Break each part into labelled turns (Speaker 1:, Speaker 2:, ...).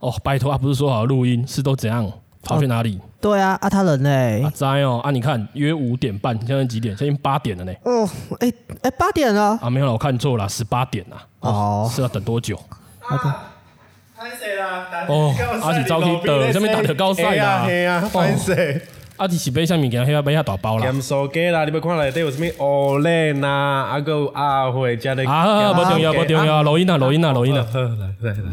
Speaker 1: 哦，拜托啊，不是说好录音是都怎样跑去哪里？
Speaker 2: 对啊，啊他人嘞、
Speaker 1: 啊，灾哦啊！你看约五点半，现在几点？现在已经八点了呢。
Speaker 2: 哦，哎哎，八点了。
Speaker 1: 啊，没有了，我看错了，十八点啦。
Speaker 2: 哦
Speaker 1: 是要等多久？
Speaker 3: 拍谁啦？打
Speaker 1: 哦啊是走去倒什么打到高赛啦
Speaker 3: 嘿啊，
Speaker 1: 哦
Speaker 3: 拍谁？
Speaker 1: 啊，你是杯下面给他黑白下打包啦。
Speaker 3: 咸手机啦，你要看内底有啥物乌嘞啦，啊个有阿慧加的
Speaker 1: 啊，不重要，不重要，录音啊，录音啊，录音啊。
Speaker 3: 好来来来，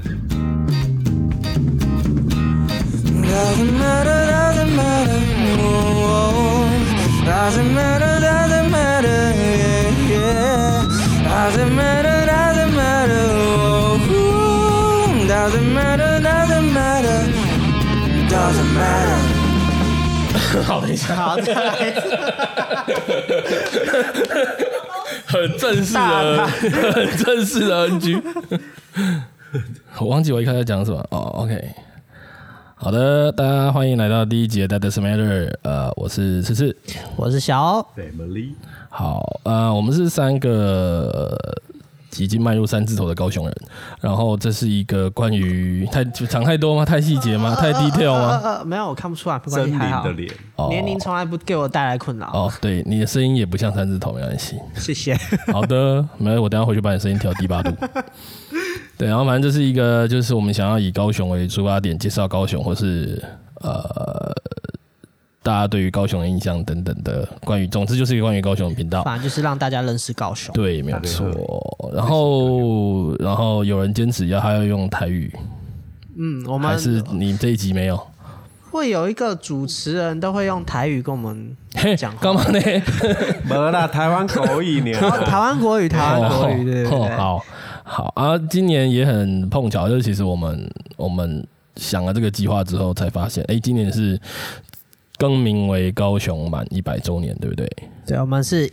Speaker 4: Doesn't matter, doesn't matter, oh, oh. doesn't matter, doesn't matter, yeah, yeah. doesn't matter, doesn't matter, oh, oh. doesn't matter, doesn't matter, doesn't matter.
Speaker 1: 好，等一下，
Speaker 2: 好，再来一次
Speaker 1: 很正式的，很正式的 NG。我忘记我一开始讲什么哦，OK。好的，大家欢迎来到第一集的《Does Matter》。呃，我是思思。
Speaker 2: 我是小欧，
Speaker 1: 好，呃，我们是三个呃已经迈入三字头的高雄人，然后这是一个关于太讲太多吗？太细节 吗？太 detail
Speaker 2: 呃
Speaker 1: 吗？
Speaker 2: 呃，没有，我看不出来，不关
Speaker 3: 狰
Speaker 2: 系，还
Speaker 3: 狞
Speaker 2: 好
Speaker 3: 的。脸，
Speaker 1: 哦
Speaker 2: 年龄从来不给我带来困扰。
Speaker 1: 哦，对，你的声音也不像三字头，没关系。
Speaker 2: 谢谢。
Speaker 1: 好的，没有，我等一下回去把你声音调低 八度。对，然后反正这是一个，就是我们想要以高雄为出发点，介绍高雄，或是呃，大家对于高雄的印象等等的，关于，总之就是一个关于高雄的频道。
Speaker 2: 反正就是让大家认识高雄。
Speaker 1: 对，没有错。然后，然后有人坚持要他要用台语，
Speaker 2: 嗯，我
Speaker 1: 还
Speaker 2: 们
Speaker 1: 是你这一集没有？
Speaker 2: 会有一个主持人都会用台语跟我们
Speaker 1: 嘿
Speaker 2: 讲，话
Speaker 1: 干嘛呢？
Speaker 3: 没啦，台湾口语呢，
Speaker 2: 哦台湾 国语，台湾国语，对对
Speaker 1: 哦
Speaker 2: 对。
Speaker 1: 好好啊！今年也很碰巧，就是其实我们我们想了这个计划之后，才发现，哎，今年是更名为高雄满一百周年，对不对？
Speaker 2: 对，我们是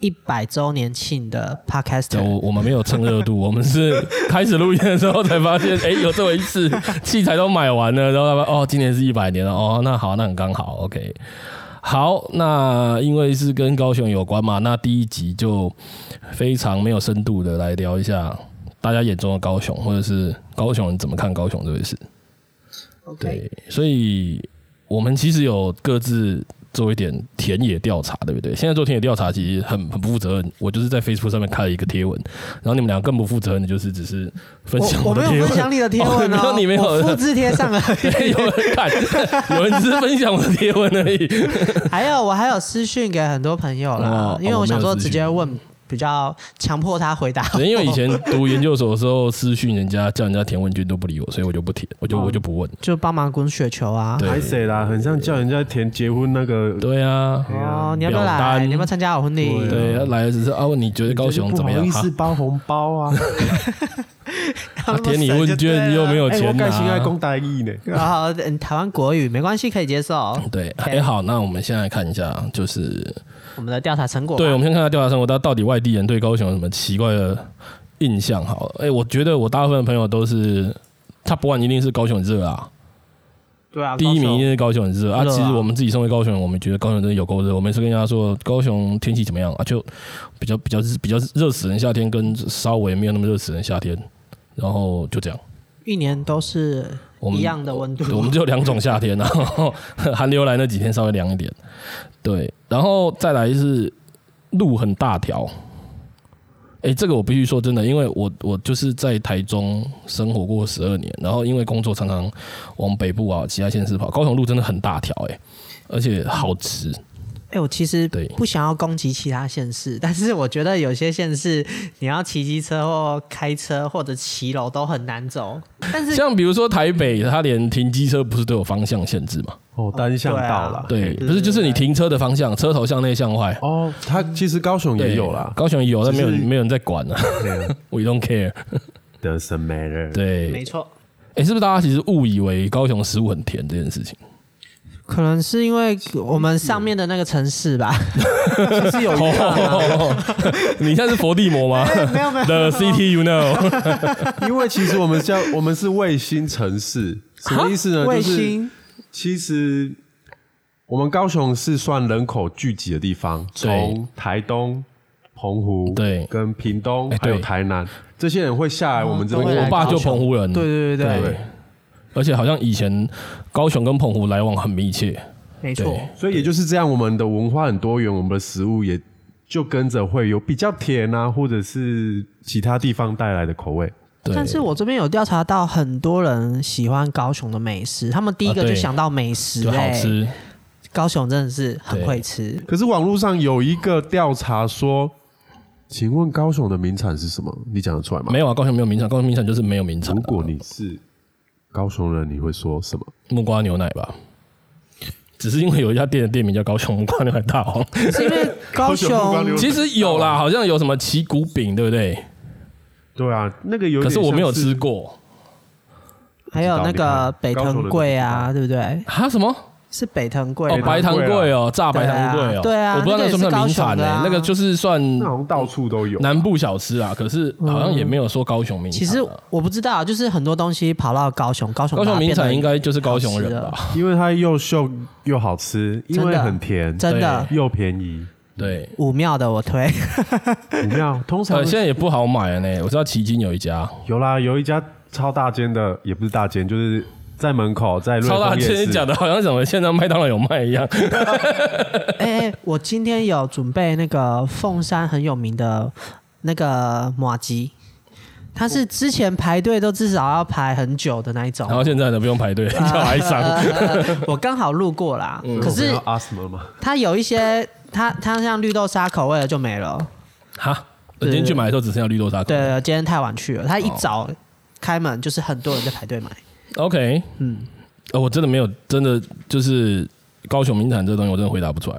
Speaker 2: 一百周年庆的 podcaster。
Speaker 1: 我我们没有蹭热度，我们是开始录音的时候才发现，哎、有这回事，器材都买完了，然后他们哦，今年是一百年了，哦，那好，那很刚好，OK。好，那因为是跟高雄有关嘛，那第一集就非常没有深度的来聊一下大家眼中的高雄，或者是高雄人怎么看高雄这回事。对，所以我们其实有各自做一点田野调查，对不对？现在做田野调查其实很很不负责任，我就是在 Facebook 上面开了一个贴文，然后你们俩更不负责任的就是只是分享
Speaker 2: 我我没
Speaker 1: 的
Speaker 2: 有
Speaker 1: 贴文，
Speaker 2: 分享你的贴
Speaker 1: 哦
Speaker 2: 文
Speaker 1: 没有
Speaker 2: 哦，
Speaker 1: 你没有
Speaker 2: 我复制贴上了。
Speaker 1: 有人 看，有人只是分享我的贴文而已。
Speaker 2: 还有我还有私讯给很多朋友啦
Speaker 1: 哦，
Speaker 2: 因为我想
Speaker 1: 哦
Speaker 2: 说
Speaker 1: 没有私
Speaker 2: 直
Speaker 1: 讯
Speaker 2: 接问，比较强迫他回答。
Speaker 1: 因为以前读研究所的时候，私讯人家叫人家填问卷都不理我，所以我就不填，我就
Speaker 2: 哦
Speaker 1: 我就不问。
Speaker 2: 就帮忙滚雪球啊。
Speaker 1: 对
Speaker 3: 拍谁啦？很像叫人家填结婚那个，
Speaker 1: 对啊，
Speaker 2: 哦，你要不要
Speaker 1: 表
Speaker 2: 来？
Speaker 1: 单
Speaker 2: 你要不要参加我婚礼？
Speaker 1: 对，他来了只是啊，问你觉得高雄怎么样
Speaker 3: 不好意
Speaker 1: 啊
Speaker 3: 思？包红包啊，
Speaker 1: 啊填你问卷又没有
Speaker 3: 哎，我
Speaker 1: 钱拿
Speaker 3: 改心爱讲大义呢，
Speaker 2: 然后嗯台湾国语没关系，可以接受。
Speaker 1: 对，
Speaker 2: OK
Speaker 1: 哎、好，那我们现在看一下，就是
Speaker 2: 我们的调查成果吧。
Speaker 1: 对，哦我们先看下调查生活，到到底外地人对高雄有什么奇怪的印象？好了，哎、我觉得我大部分的朋友都是，他不管一定是高雄热啊，
Speaker 2: 对啊，
Speaker 1: 第一名一
Speaker 2: 高
Speaker 1: 定
Speaker 2: 手
Speaker 1: 是高雄很热啊。
Speaker 2: 热啊
Speaker 1: 其实我们自己身为高雄人，我们觉得高雄真的有够热。我每次跟人家说高雄天气怎么样啊，就比较比较比较热死人夏天，跟稍微没有那么热死人夏天，然后就这样。
Speaker 2: 一年都是
Speaker 1: 我们
Speaker 2: 一样的温度
Speaker 1: 对，我们只有两种夏天，然后寒流来那几天稍微凉一点，对，然后再来是路很大条。哎、这个我必须说真的，因为我我就是在台中生活过十二年，然后因为工作常常往北部啊、其他县市跑，高雄路真的很大条哎、而且好直，
Speaker 2: 哎、我其实
Speaker 1: 对
Speaker 2: 不想要攻击其他县市，但是我觉得有些县市你要骑机车或开车或者骑楼都很难走。但是
Speaker 1: 像比如说台北，它连停机车不是都有方向限制嘛？
Speaker 3: 哦，单向道啦，
Speaker 1: 对，
Speaker 2: 嗯对
Speaker 1: 不是就是你
Speaker 2: 对
Speaker 1: 停车的方向，车头向内向外，
Speaker 3: 哦，他其实高雄也
Speaker 1: 对
Speaker 3: 有啦
Speaker 1: 高雄也有，但没有
Speaker 3: 只是
Speaker 1: 没有人在管啊 ，We don't care。
Speaker 3: ，Doesn't matter，
Speaker 1: 对，
Speaker 2: 没错，
Speaker 1: 哎、是不是大家其实误以为高雄食物很甜这件事 情？
Speaker 2: 可能是因为我们上面的那个城市吧，啊
Speaker 3: 是有一啊
Speaker 1: 哦， 你现在是佛地魔吗？
Speaker 2: 没有没有
Speaker 1: The city you know，
Speaker 3: 因为其实我们叫我们是卫星城市，什么意思呢？
Speaker 2: 卫
Speaker 3: 就是
Speaker 2: 星
Speaker 3: 其实我们高雄是算人口聚集的地方，从台东、澎湖、
Speaker 1: 对
Speaker 3: 跟屏东
Speaker 1: 哎
Speaker 3: 还有
Speaker 1: 对
Speaker 3: 台南，这些人会下来我们 这
Speaker 2: 都会
Speaker 3: 边。
Speaker 2: 来
Speaker 1: 我爸就澎湖人，
Speaker 2: 啊对对对对
Speaker 1: 对而且好像以前高雄跟澎湖来往很密切。
Speaker 2: 没错，
Speaker 1: 对
Speaker 3: 所以也就是这样，我们的文化很多元，我们的食物也就跟着会有比较甜啊，或者是其他地方带来的口味。
Speaker 1: 对，
Speaker 2: 但是我这边有调查到很多人喜欢高雄的美食，他们第一
Speaker 1: 啊
Speaker 2: 个就
Speaker 1: 对
Speaker 2: 想到美食、
Speaker 1: 就好
Speaker 2: 哎，
Speaker 1: 吃，
Speaker 2: 高雄真的是很
Speaker 1: 对
Speaker 2: 会吃，
Speaker 3: 可是网络上有一个调查说，请问高雄的名产是什么？你讲得出来吗？
Speaker 1: 没有啊？高雄没有名产，高雄名产就是没有名产啊
Speaker 3: 如。果你是高雄人，你会说什么？
Speaker 1: 木瓜牛奶吧，只是因为有一家店的店名叫高雄木瓜牛奶大王。
Speaker 2: 是因 为高
Speaker 3: 雄不光
Speaker 2: 雄
Speaker 3: 流
Speaker 1: 其实有啦，好像有什么旗鼓饼，对不对？
Speaker 3: 对啊，那个有
Speaker 1: 可
Speaker 3: 点
Speaker 1: 是
Speaker 3: 像
Speaker 1: 我
Speaker 3: 是
Speaker 1: 没有吃过
Speaker 2: 还有那个北藤贵
Speaker 3: 高
Speaker 2: 啊，对不对？
Speaker 1: 啊，什么？
Speaker 2: 是北藤贵
Speaker 1: 哦，
Speaker 2: 吗？
Speaker 1: 白糖桂哦，炸白糖桂哦，
Speaker 2: 对啊
Speaker 1: 我不知道那算不算名产呢、
Speaker 2: 那
Speaker 1: 那
Speaker 2: 个也是高雄的啊
Speaker 1: 个就是算
Speaker 3: 那好像到处都有。
Speaker 1: 南部小吃啊，可是好像也没有说高雄名产
Speaker 2: 嗯其
Speaker 1: 啊、
Speaker 2: 实我不知道，就是很多东西跑到高雄，高雄
Speaker 1: 高
Speaker 2: 把
Speaker 1: 雄
Speaker 2: 它
Speaker 1: 名
Speaker 2: 变
Speaker 1: 产
Speaker 2: 得
Speaker 1: 应该就是高雄人
Speaker 2: 好
Speaker 1: 吧？
Speaker 3: 因为它又秀又好吃，因为
Speaker 2: 真的
Speaker 3: 很甜，
Speaker 2: 真的
Speaker 3: 又便宜，
Speaker 1: 对，
Speaker 2: 五庙的我推，
Speaker 3: 五庙通常
Speaker 1: 呃，现在也不好买了呢。我知道旗津有一家
Speaker 3: 有啦，有一家超大间的，也不是大间，就是在门口，在瑞
Speaker 1: 超大
Speaker 3: 丰夜
Speaker 1: 间，
Speaker 3: 市
Speaker 1: 讲的好像什么现在麦当劳有卖一 样。
Speaker 2: 哎哎，我今天有准备那个凤山很有名的那个马吉，它是之前排队都至少要排很久的那一种
Speaker 1: 然。后现在呢，不用排队，
Speaker 2: 啊
Speaker 1: 叫哀伤。
Speaker 2: 我刚好路过啦，
Speaker 1: 嗯
Speaker 2: 可
Speaker 3: 我
Speaker 2: 是
Speaker 3: 们要阿什么吗？
Speaker 2: 它有一些，它它像绿豆沙口味的就没了。
Speaker 1: 哈，我今天去买的时候只剩下绿豆沙口。
Speaker 2: 对，今天太晚去了，它一早开门就是很多人在排队买。
Speaker 1: ，OK，嗯、呃，我真的没有，真的就是高雄名产这东西，我真的回答不出来。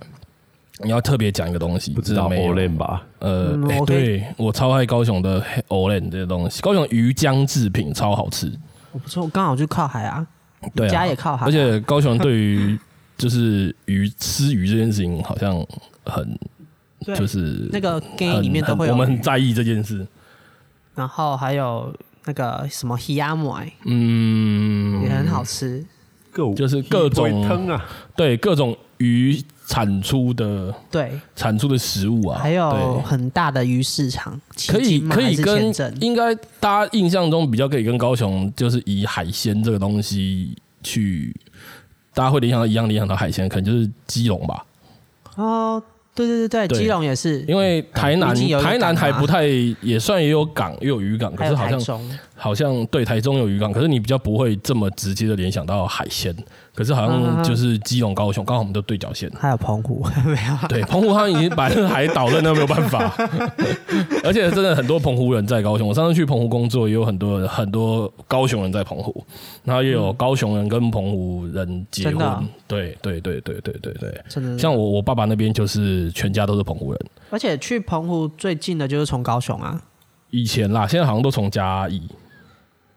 Speaker 1: 你要特别讲一个东西，
Speaker 3: 不知道
Speaker 1: 没有
Speaker 3: o l e n 吧？
Speaker 1: 呃，
Speaker 2: 嗯
Speaker 1: 欸
Speaker 2: 我可以
Speaker 1: 对我超爱高雄的黑 Olen 这些东西，高雄鱼浆制品超好吃，
Speaker 2: 我不错，我刚好去靠海啊，
Speaker 1: 对、啊，
Speaker 2: 家也靠海啊、
Speaker 1: 而且高雄对于就是鱼吃鱼这件事情好像很
Speaker 2: 对
Speaker 1: 就是
Speaker 2: 那个 game
Speaker 1: 很
Speaker 2: 里面都
Speaker 1: 很
Speaker 2: 会有
Speaker 1: 我们很在意这件事，
Speaker 2: 然后还有那个什么黑鸭馍也
Speaker 1: 嗯，
Speaker 2: 很好吃，
Speaker 3: 各
Speaker 1: 就是各种
Speaker 3: 汤啊，
Speaker 1: 对各种鱼产出的
Speaker 2: 对，
Speaker 1: 产出的食物啊，
Speaker 2: 还有
Speaker 1: 对
Speaker 2: 很大的鱼市场，
Speaker 1: 可以
Speaker 2: 旗津吗
Speaker 1: 可
Speaker 2: 还
Speaker 1: 以
Speaker 2: 是
Speaker 1: 跟
Speaker 2: 前镇
Speaker 1: 应该大家印象中比较可以跟高雄就是以海鲜这个东西去，大家会联想到一样联想到海鲜，可能就是基隆吧，
Speaker 2: 哦，对对对对，
Speaker 1: 对
Speaker 2: 基隆也是，
Speaker 1: 因为台南
Speaker 2: 嗯毕竟有一个
Speaker 1: 台南
Speaker 2: 港
Speaker 1: 还
Speaker 2: 嘛
Speaker 1: 不太也算也有港也有渔港，可
Speaker 2: 还
Speaker 1: 是
Speaker 2: 有
Speaker 1: 好
Speaker 2: 台
Speaker 1: 像
Speaker 2: 中，
Speaker 1: 好像对台中有渔港，可是你比较不会这么直接的联想到海鲜，可是好
Speaker 2: 嗯嗯
Speaker 1: 像
Speaker 2: 嗯
Speaker 1: 就是基隆高雄刚好我们都对角线。
Speaker 2: 还有澎湖，没有啊
Speaker 1: 对，澎湖他们已经把那个海岛了，那没有办法。 而且真的很多澎湖人在高雄，我上次去澎湖工作，也有很多人很多高雄人在澎湖，然后也有高雄人跟澎湖人结
Speaker 2: 真
Speaker 1: 婚
Speaker 2: 的啊。嗯
Speaker 1: 对对对对对对对，
Speaker 2: 真的。
Speaker 1: 像我我爸爸那边就是全家都是澎湖人，
Speaker 2: 而且去澎湖最近的就是从高雄啊。
Speaker 1: 以前啦，现在好像都从嘉义。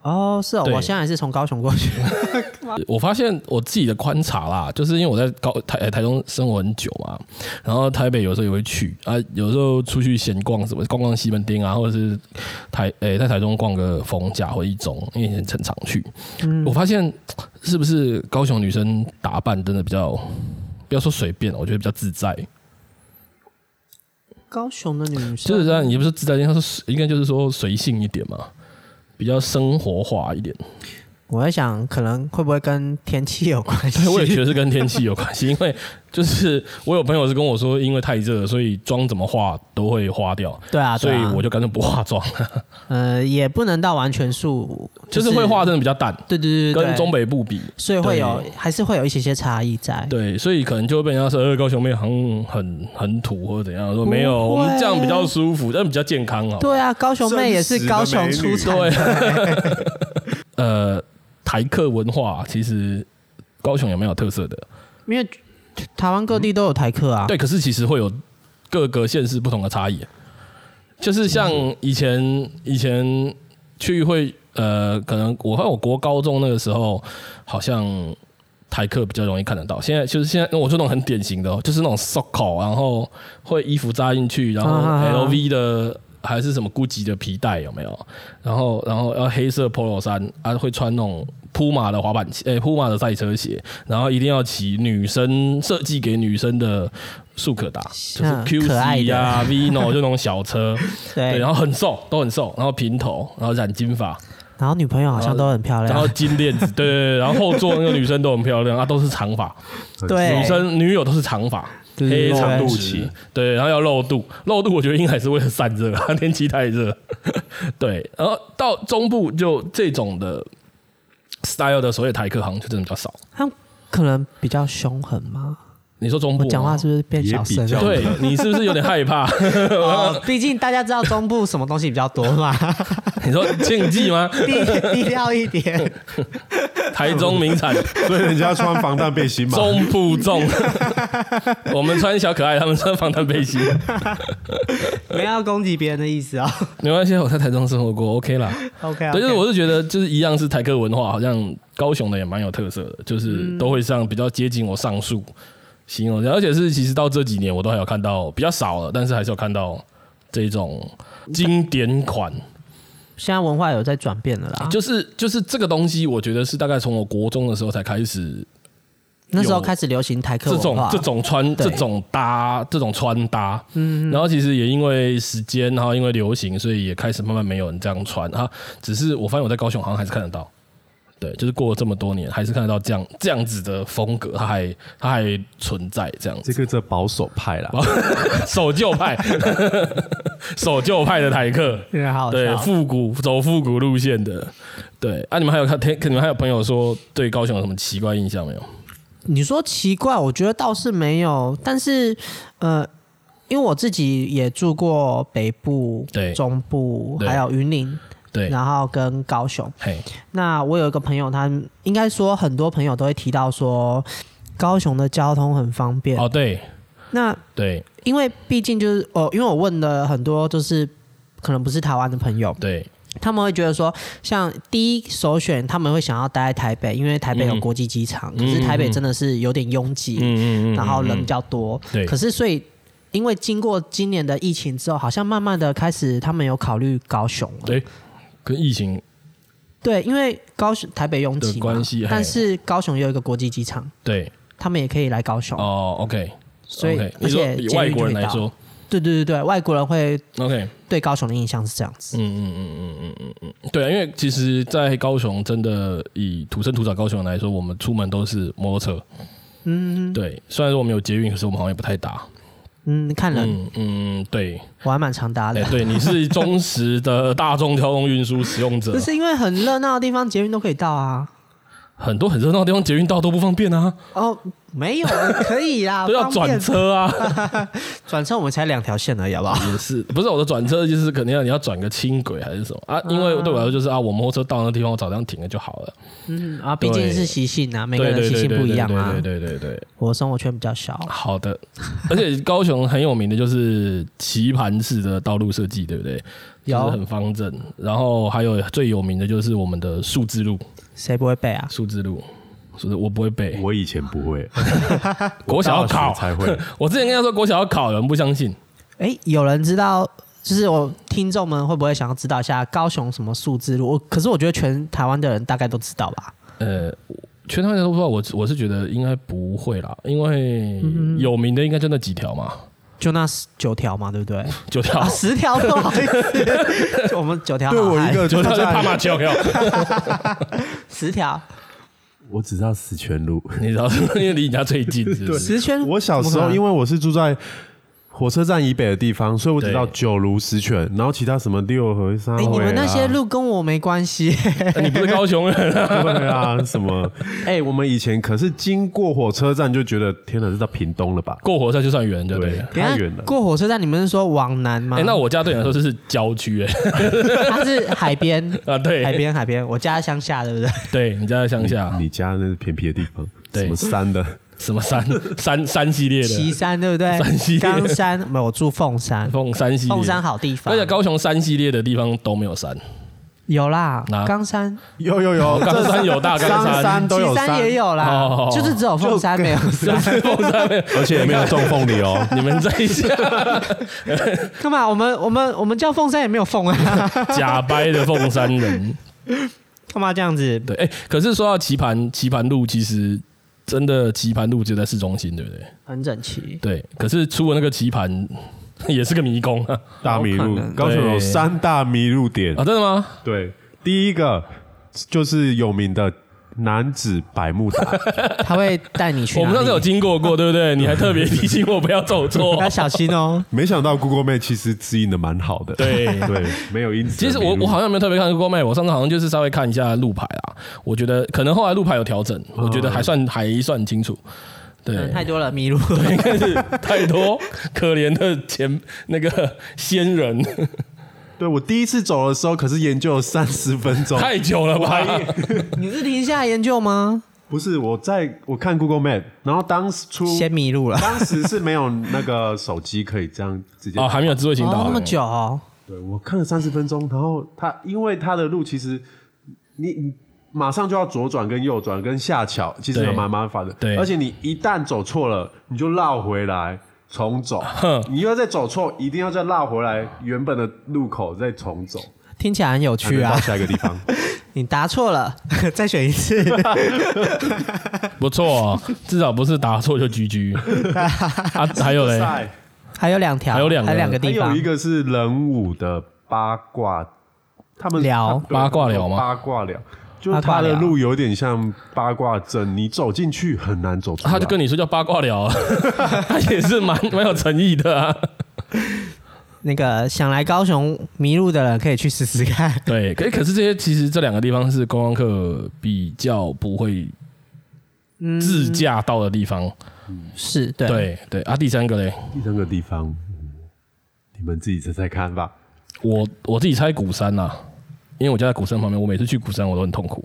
Speaker 2: 哦，是哦，
Speaker 1: 对
Speaker 2: 我现在也是从高雄过去。
Speaker 1: 我发现我自己的观察啦，就是因为我在高台台中生活很久嘛，然后台北有时候也会去啊，有时候出去闲逛什么，逛逛西门町啊，或者是台诶、在台中逛个逢甲或一中，因为以前很常去。我发现是不是高雄女生打扮真的比较，不要说随便，哦我觉得比较自在，
Speaker 2: 高雄的女生
Speaker 1: 就是让你不是自在，应该是应该就是说随性一点嘛，比较生活化一点。
Speaker 2: 我在想，可能会不会跟天气有关系？
Speaker 1: 对， 我也觉得是跟天气有关系，因为就是我有朋友是跟我说，因为太热了，所以妆怎么化都会花掉，
Speaker 2: 对啊，
Speaker 1: 所
Speaker 2: 对
Speaker 1: 以
Speaker 2: 啊
Speaker 1: 我就干脆不化妆了，
Speaker 2: 呃也不能到完全素，
Speaker 1: 就是会化真的比较淡，
Speaker 2: 对对对对，
Speaker 1: 跟中，北部比，
Speaker 2: 所以会有还是会有一些些差异在。
Speaker 1: 对，所以可能就会被人家说，呃，高雄妹好像很很土或者怎样，说没有，
Speaker 2: 不
Speaker 1: 我
Speaker 2: 会啊
Speaker 1: 们这样比较舒服，但比较健康哦。
Speaker 2: 对啊，高雄妹也是高雄出产的，
Speaker 1: 呃，台客文化其实高雄也蛮有特色的，
Speaker 2: 因为台湾各地都有台客
Speaker 1: 嗯
Speaker 2: 啊。
Speaker 1: 对，可是其实会有各个县市不同的差异，就是像
Speaker 2: 嗯
Speaker 1: 以前以前去会呃，可能我看我国高中那个时候，好像台客比较容易看得到。现在就是现在，我就那种很典型的哦，就是那种 s o c k e 然后会衣服扎进去，然后
Speaker 2: 啊啊啊
Speaker 1: LV 的。还是什么 GUCCI 的皮带有没有？然后，然后要黑色 polo 衫，啊，会穿那种铺马的滑板鞋，诶、铺马的赛车鞋，然后一定要骑女生设计给女生的速可达，就是
Speaker 2: 嗯可爱
Speaker 1: QC
Speaker 2: 的哎
Speaker 1: 呀、Vino 就那种小车，
Speaker 2: 对
Speaker 1: 对，然后很瘦，都很瘦，然后平头，然后染金发，
Speaker 2: 然后女朋友好像都很漂
Speaker 1: 然后
Speaker 2: 亮，啊
Speaker 1: 金链子，对对对，然后后座那个女生都很漂亮，啊，都是长发，
Speaker 2: 对
Speaker 1: 女生女友都是长发，
Speaker 2: 就是
Speaker 1: 黑
Speaker 2: 露
Speaker 1: 长
Speaker 3: 肚
Speaker 1: 直
Speaker 3: 脐，
Speaker 1: 对，然后要露肚，露肚我觉得应该是为了散热，啊 天气太热，对，然后到中部就这种的 style 的首尔台客好像就真的比较少。
Speaker 2: 他们可能比较凶狠嘛。
Speaker 1: 你说中部
Speaker 2: 我
Speaker 1: 吗
Speaker 2: 讲话是不是变小声
Speaker 3: 也比较
Speaker 2: 了？
Speaker 1: 对你是不是有点害怕？啊
Speaker 2: 哦，毕竟大家知道中部什么东西比较多嘛，
Speaker 1: 你说禁忌吗？
Speaker 2: 低低调一点。
Speaker 1: 台中名 产
Speaker 3: 所以人家穿防弹背心嘛，
Speaker 1: 中部重， 我们穿小可爱，他们穿防弹背心，
Speaker 2: 没有要攻击别人的意思 哦。
Speaker 1: 没关系，我在台中生活过，OK 啦。
Speaker 2: OK，
Speaker 1: 对，就是我是觉得，就是一样是台客文化，好像高雄的也蛮有特色的，就是都会上比较接近我上述形容的，而且是其实到这几年我都还有看到比较少了，但是还是有看到这种经典款，
Speaker 2: 现在文化有在转变了啦，
Speaker 1: 就是就是这个东西，我觉得是大概从我国中的时候才开始
Speaker 2: 那时候
Speaker 1: 有
Speaker 2: 开始流行台客
Speaker 1: 这
Speaker 2: 文
Speaker 1: 种
Speaker 2: 化，
Speaker 1: 这种穿
Speaker 2: 对
Speaker 1: 这种搭这种穿搭，嗯，然后其实也因为时间，然后因为流行，所以也开始慢慢没有人这样穿啊。只是我发现我在高雄好像还是看得到，对，就是过了这么多年，还是看得到这样这样子的风格，它还它还存在这样
Speaker 3: 这
Speaker 1: 子，
Speaker 3: 个这保守派啦，
Speaker 1: 守旧派， 守旧派的台客，
Speaker 2: 有点好
Speaker 1: 对，
Speaker 2: 笑。
Speaker 1: 复古走复古路线的，对啊，你们还有看天，你们还有朋友说对高雄有什么奇怪印象没有？
Speaker 2: 你说奇怪，我觉得倒是没有，但是呃，因为我自己也住过北部、
Speaker 1: 对
Speaker 2: 中部，
Speaker 1: 对
Speaker 2: 还有云林，
Speaker 1: 对，
Speaker 2: 然后跟高雄。
Speaker 1: 嘿，
Speaker 2: 那我有一个朋友，他应该说很多朋友都会提到说，高雄的交通很方便。
Speaker 1: 哦，对
Speaker 2: 那
Speaker 1: 对
Speaker 2: 因为毕竟就是哦，因为我问了很多就是可能不是台湾的朋友，
Speaker 1: 对
Speaker 2: 他们会觉得说，像第一首选他们会想要待在台北，因为台北有
Speaker 1: 嗯
Speaker 2: 国际机场，
Speaker 1: 嗯
Speaker 2: 可是台北真的是有点拥挤，
Speaker 1: 嗯嗯嗯嗯
Speaker 2: 然后人比较多。
Speaker 1: 对
Speaker 2: 可是所以。因为经过今年的疫情之后，好像慢慢的开始他们有考虑高雄了。
Speaker 1: 对，跟疫情
Speaker 2: 对，因为高雄台北拥挤
Speaker 1: 的
Speaker 2: 嘛
Speaker 1: 关系嘿
Speaker 2: 但是高雄有一个国际机场，
Speaker 1: 对
Speaker 2: 他们也可以来高雄。
Speaker 1: 哦，OK，
Speaker 2: 所以
Speaker 1: OK，
Speaker 2: 而
Speaker 1: 你说
Speaker 2: 且
Speaker 1: 以
Speaker 2: 捷
Speaker 1: 外
Speaker 2: 运就
Speaker 1: 国
Speaker 2: 可以
Speaker 1: 人来
Speaker 2: 到
Speaker 1: 说
Speaker 2: 对对对对，外国人会
Speaker 1: ，OK，
Speaker 2: 对高雄的印象是这样子。
Speaker 1: 嗯对啊，因为其实，在高雄真的以土生土长高雄人来说，我们出门都是摩托车，嗯，对，虽然说我们有捷运，可是我们好像也不太搭，
Speaker 2: 嗯，看人、
Speaker 1: 嗯嗯，对，
Speaker 2: 我还蛮常搭的
Speaker 1: 哎，，对，你是忠实的大众交通运输使用者
Speaker 2: 不，是因为很热闹的地方捷运都可以到啊。
Speaker 1: 很多很热闹的地方捷运道都不方便啊，
Speaker 2: 哦，没有， 可以啦，
Speaker 1: 都要
Speaker 2: 方
Speaker 1: 转，
Speaker 2: 便
Speaker 1: 车啊，
Speaker 2: 转车我们才两条线而已，好不好？
Speaker 1: 也是，不是我的转车就是肯定要你要转个轻轨还是什么啊？因为对我来说就是啊，我摩托车到那地方我早上停了就好了，
Speaker 2: 嗯啊，毕竟
Speaker 1: 对
Speaker 2: 是习性啊，每个
Speaker 1: 对
Speaker 2: 人
Speaker 1: 对
Speaker 2: 习
Speaker 1: 对
Speaker 2: 性
Speaker 1: 对
Speaker 2: 不一
Speaker 1: 对
Speaker 2: 样啊
Speaker 1: 对。对对对对。
Speaker 2: 我生活圈比较小，
Speaker 1: 好的，而且高雄很有名的就是棋盘式的道路设计，对不对？
Speaker 2: 有
Speaker 1: 就是很方正，然后还有最有名的就是我们的数字路，
Speaker 2: 谁不会背啊？
Speaker 1: 数字路，数字我不会背，
Speaker 3: 我以前不 会，
Speaker 1: 国小要考
Speaker 3: 大学才会。
Speaker 1: 我之前跟他说国小要考，有人不相信，
Speaker 2: 哎，有人知道？就是我听众们会不会想要知道一下高雄什么数字路？我可是我觉得全台湾的人大概都知道吧。
Speaker 1: 呃，全台湾人都不知道，我我是觉得应该不会啦，因为
Speaker 2: 嗯
Speaker 1: 有名的应该就那几条嘛，
Speaker 2: 就那十九条嘛，对不对？
Speaker 3: 哦
Speaker 1: 九条
Speaker 2: 啊，。十条不好意思， 就我们九条
Speaker 3: 对
Speaker 2: 好
Speaker 3: 我
Speaker 2: 汉。
Speaker 3: 一个
Speaker 1: 九
Speaker 3: 就
Speaker 1: 条是帕马
Speaker 3: 在，
Speaker 1: 丘，
Speaker 2: 十条，
Speaker 3: 我只知道死全路。
Speaker 1: 你知道， 因为离你家最近，是不是？
Speaker 2: 十圈。
Speaker 3: 我小时
Speaker 2: 怎么可
Speaker 3: 候
Speaker 2: 能
Speaker 3: 因为我是住在火车站以北的地方，所以我只知道
Speaker 1: 对
Speaker 3: 九如十全，然后其他什么六合三
Speaker 2: 哎、
Speaker 3: 回啊、
Speaker 2: 你们那些路跟我没关系。
Speaker 1: 呃你不是高雄人啊？
Speaker 3: 对啊 什么？哎、我们以前可是经过火车站就觉得，天哪，是到屏东了吧？
Speaker 1: 过火车就算远，
Speaker 2: 啊
Speaker 1: 对不对
Speaker 3: 对？， 啊太远了。
Speaker 2: 过火车站，你们是说往南吗？
Speaker 1: 哎、那我家对你来说就是郊区哎、
Speaker 2: 它是海边，
Speaker 1: 啊，对，
Speaker 2: 海边，海边。我家乡下，对不对？
Speaker 1: 对你家在乡下
Speaker 3: 你，你家那是偏僻的地方，
Speaker 1: 对
Speaker 3: 什么 山的？
Speaker 1: 什么山山山系列
Speaker 2: 岐
Speaker 1: 的，
Speaker 2: 山，对不对？
Speaker 1: 山西
Speaker 2: 冈山，没有，我住凤山，
Speaker 1: 凤山系列，
Speaker 2: 凤山好地方。
Speaker 1: 而且高雄山系列的地方都没有山，
Speaker 2: 有啦
Speaker 1: 哪，
Speaker 2: 冈山、
Speaker 3: 有有 有，
Speaker 1: 冈山有大冈
Speaker 3: 冈
Speaker 1: 山，
Speaker 3: 山都有
Speaker 2: 岐山也有啦
Speaker 1: 哦，
Speaker 2: 就是只有凤山没有山。
Speaker 1: 凤山没有。
Speaker 3: 而且也没有种凤梨哦。
Speaker 1: 你们这一下
Speaker 2: 干嘛？我 们我们我们叫凤山也没有凤啊，
Speaker 1: 假掰的凤山人，
Speaker 2: 干嘛这样子？
Speaker 1: 对，哎、可是说到棋盘，棋盘路其实真的棋盘路就在市中心，对不对？
Speaker 2: 很整齐。
Speaker 1: 对，可是出了那个棋盘 也是个迷宫啊！
Speaker 3: 大迷路
Speaker 2: 有可能，
Speaker 3: 高雄有三大迷路点
Speaker 1: 啊，，真的吗？
Speaker 3: 对，第一个就是有名的男子百慕达，
Speaker 2: 他会带你去。
Speaker 1: 我们上次有，经过过，对不对？啊你还特别提醒我不要走错啊
Speaker 2: 要。小心哦。
Speaker 3: 没想到 Google Map 其实指引的蛮好的。
Speaker 1: 对
Speaker 3: 对，没有因此。
Speaker 1: 其实我我好像没有特别看 Google Map，我上次好像就是稍微看一下路牌啦。我觉得可能后来路牌有调整，我觉得还算还算清楚。哦对
Speaker 2: 人，嗯太多了，迷路。
Speaker 1: 应该是 太多可怜的前那个先人，
Speaker 3: 对我第一次走的时候，可是研究了三十分钟。
Speaker 1: 太久了吧？
Speaker 2: 你是停下来研究吗？
Speaker 3: 不是我在我看 Google Map，然后当时出
Speaker 2: 先迷路了。
Speaker 3: 当时是没有那个手机可以这样直 接
Speaker 1: 哦，还没有智慧型
Speaker 2: 哦，
Speaker 1: 导
Speaker 2: 那么
Speaker 1: 航。
Speaker 2: 久哦，
Speaker 3: 对我看了三十分钟，然后他因为他的路其实你你马上就要左转跟右转跟下桥，其实
Speaker 1: 对
Speaker 3: 还蛮麻烦的。
Speaker 1: 对
Speaker 3: 而且你一旦走错了，你就绕回来重走，你又要再走错，一定要再绕回来原本的路口再 重走，
Speaker 2: 听起来很有趣
Speaker 3: 才能
Speaker 2: 啊
Speaker 3: 到。下一个地方。
Speaker 2: 你答错了， 再选一次。
Speaker 1: 不错哦，至少不是打错就 GG 啊。还有嘞，
Speaker 3: 赛
Speaker 2: 还有两条，
Speaker 1: 还有两个
Speaker 2: 还有两个
Speaker 3: 还
Speaker 2: 地
Speaker 3: 有
Speaker 2: 方
Speaker 3: 一。个是人武的八卦，他们
Speaker 2: 聊
Speaker 3: 他对哦
Speaker 1: 八卦聊吗
Speaker 3: 八卦聊。就是
Speaker 2: 八
Speaker 3: 他
Speaker 2: 卦
Speaker 3: 的
Speaker 2: 聊
Speaker 3: 路有点像八卦阵，你走进去很难走出来。
Speaker 1: 他就跟你说叫八卦聊 啊，他也是蛮蛮有诚意的啊。
Speaker 2: 那个想来高雄迷路的人可以去试试看。
Speaker 1: 对，可可是这些其实这两个地方是观光客比较不会自驾到的地方。
Speaker 2: 是对，
Speaker 1: 对对啊，第三个嘞，
Speaker 3: 第三个地方，嗯你们自己猜猜看吧。
Speaker 1: 我我自己猜鼓山呐、因为我家在鼓山旁边，我每次去鼓山我都很痛苦，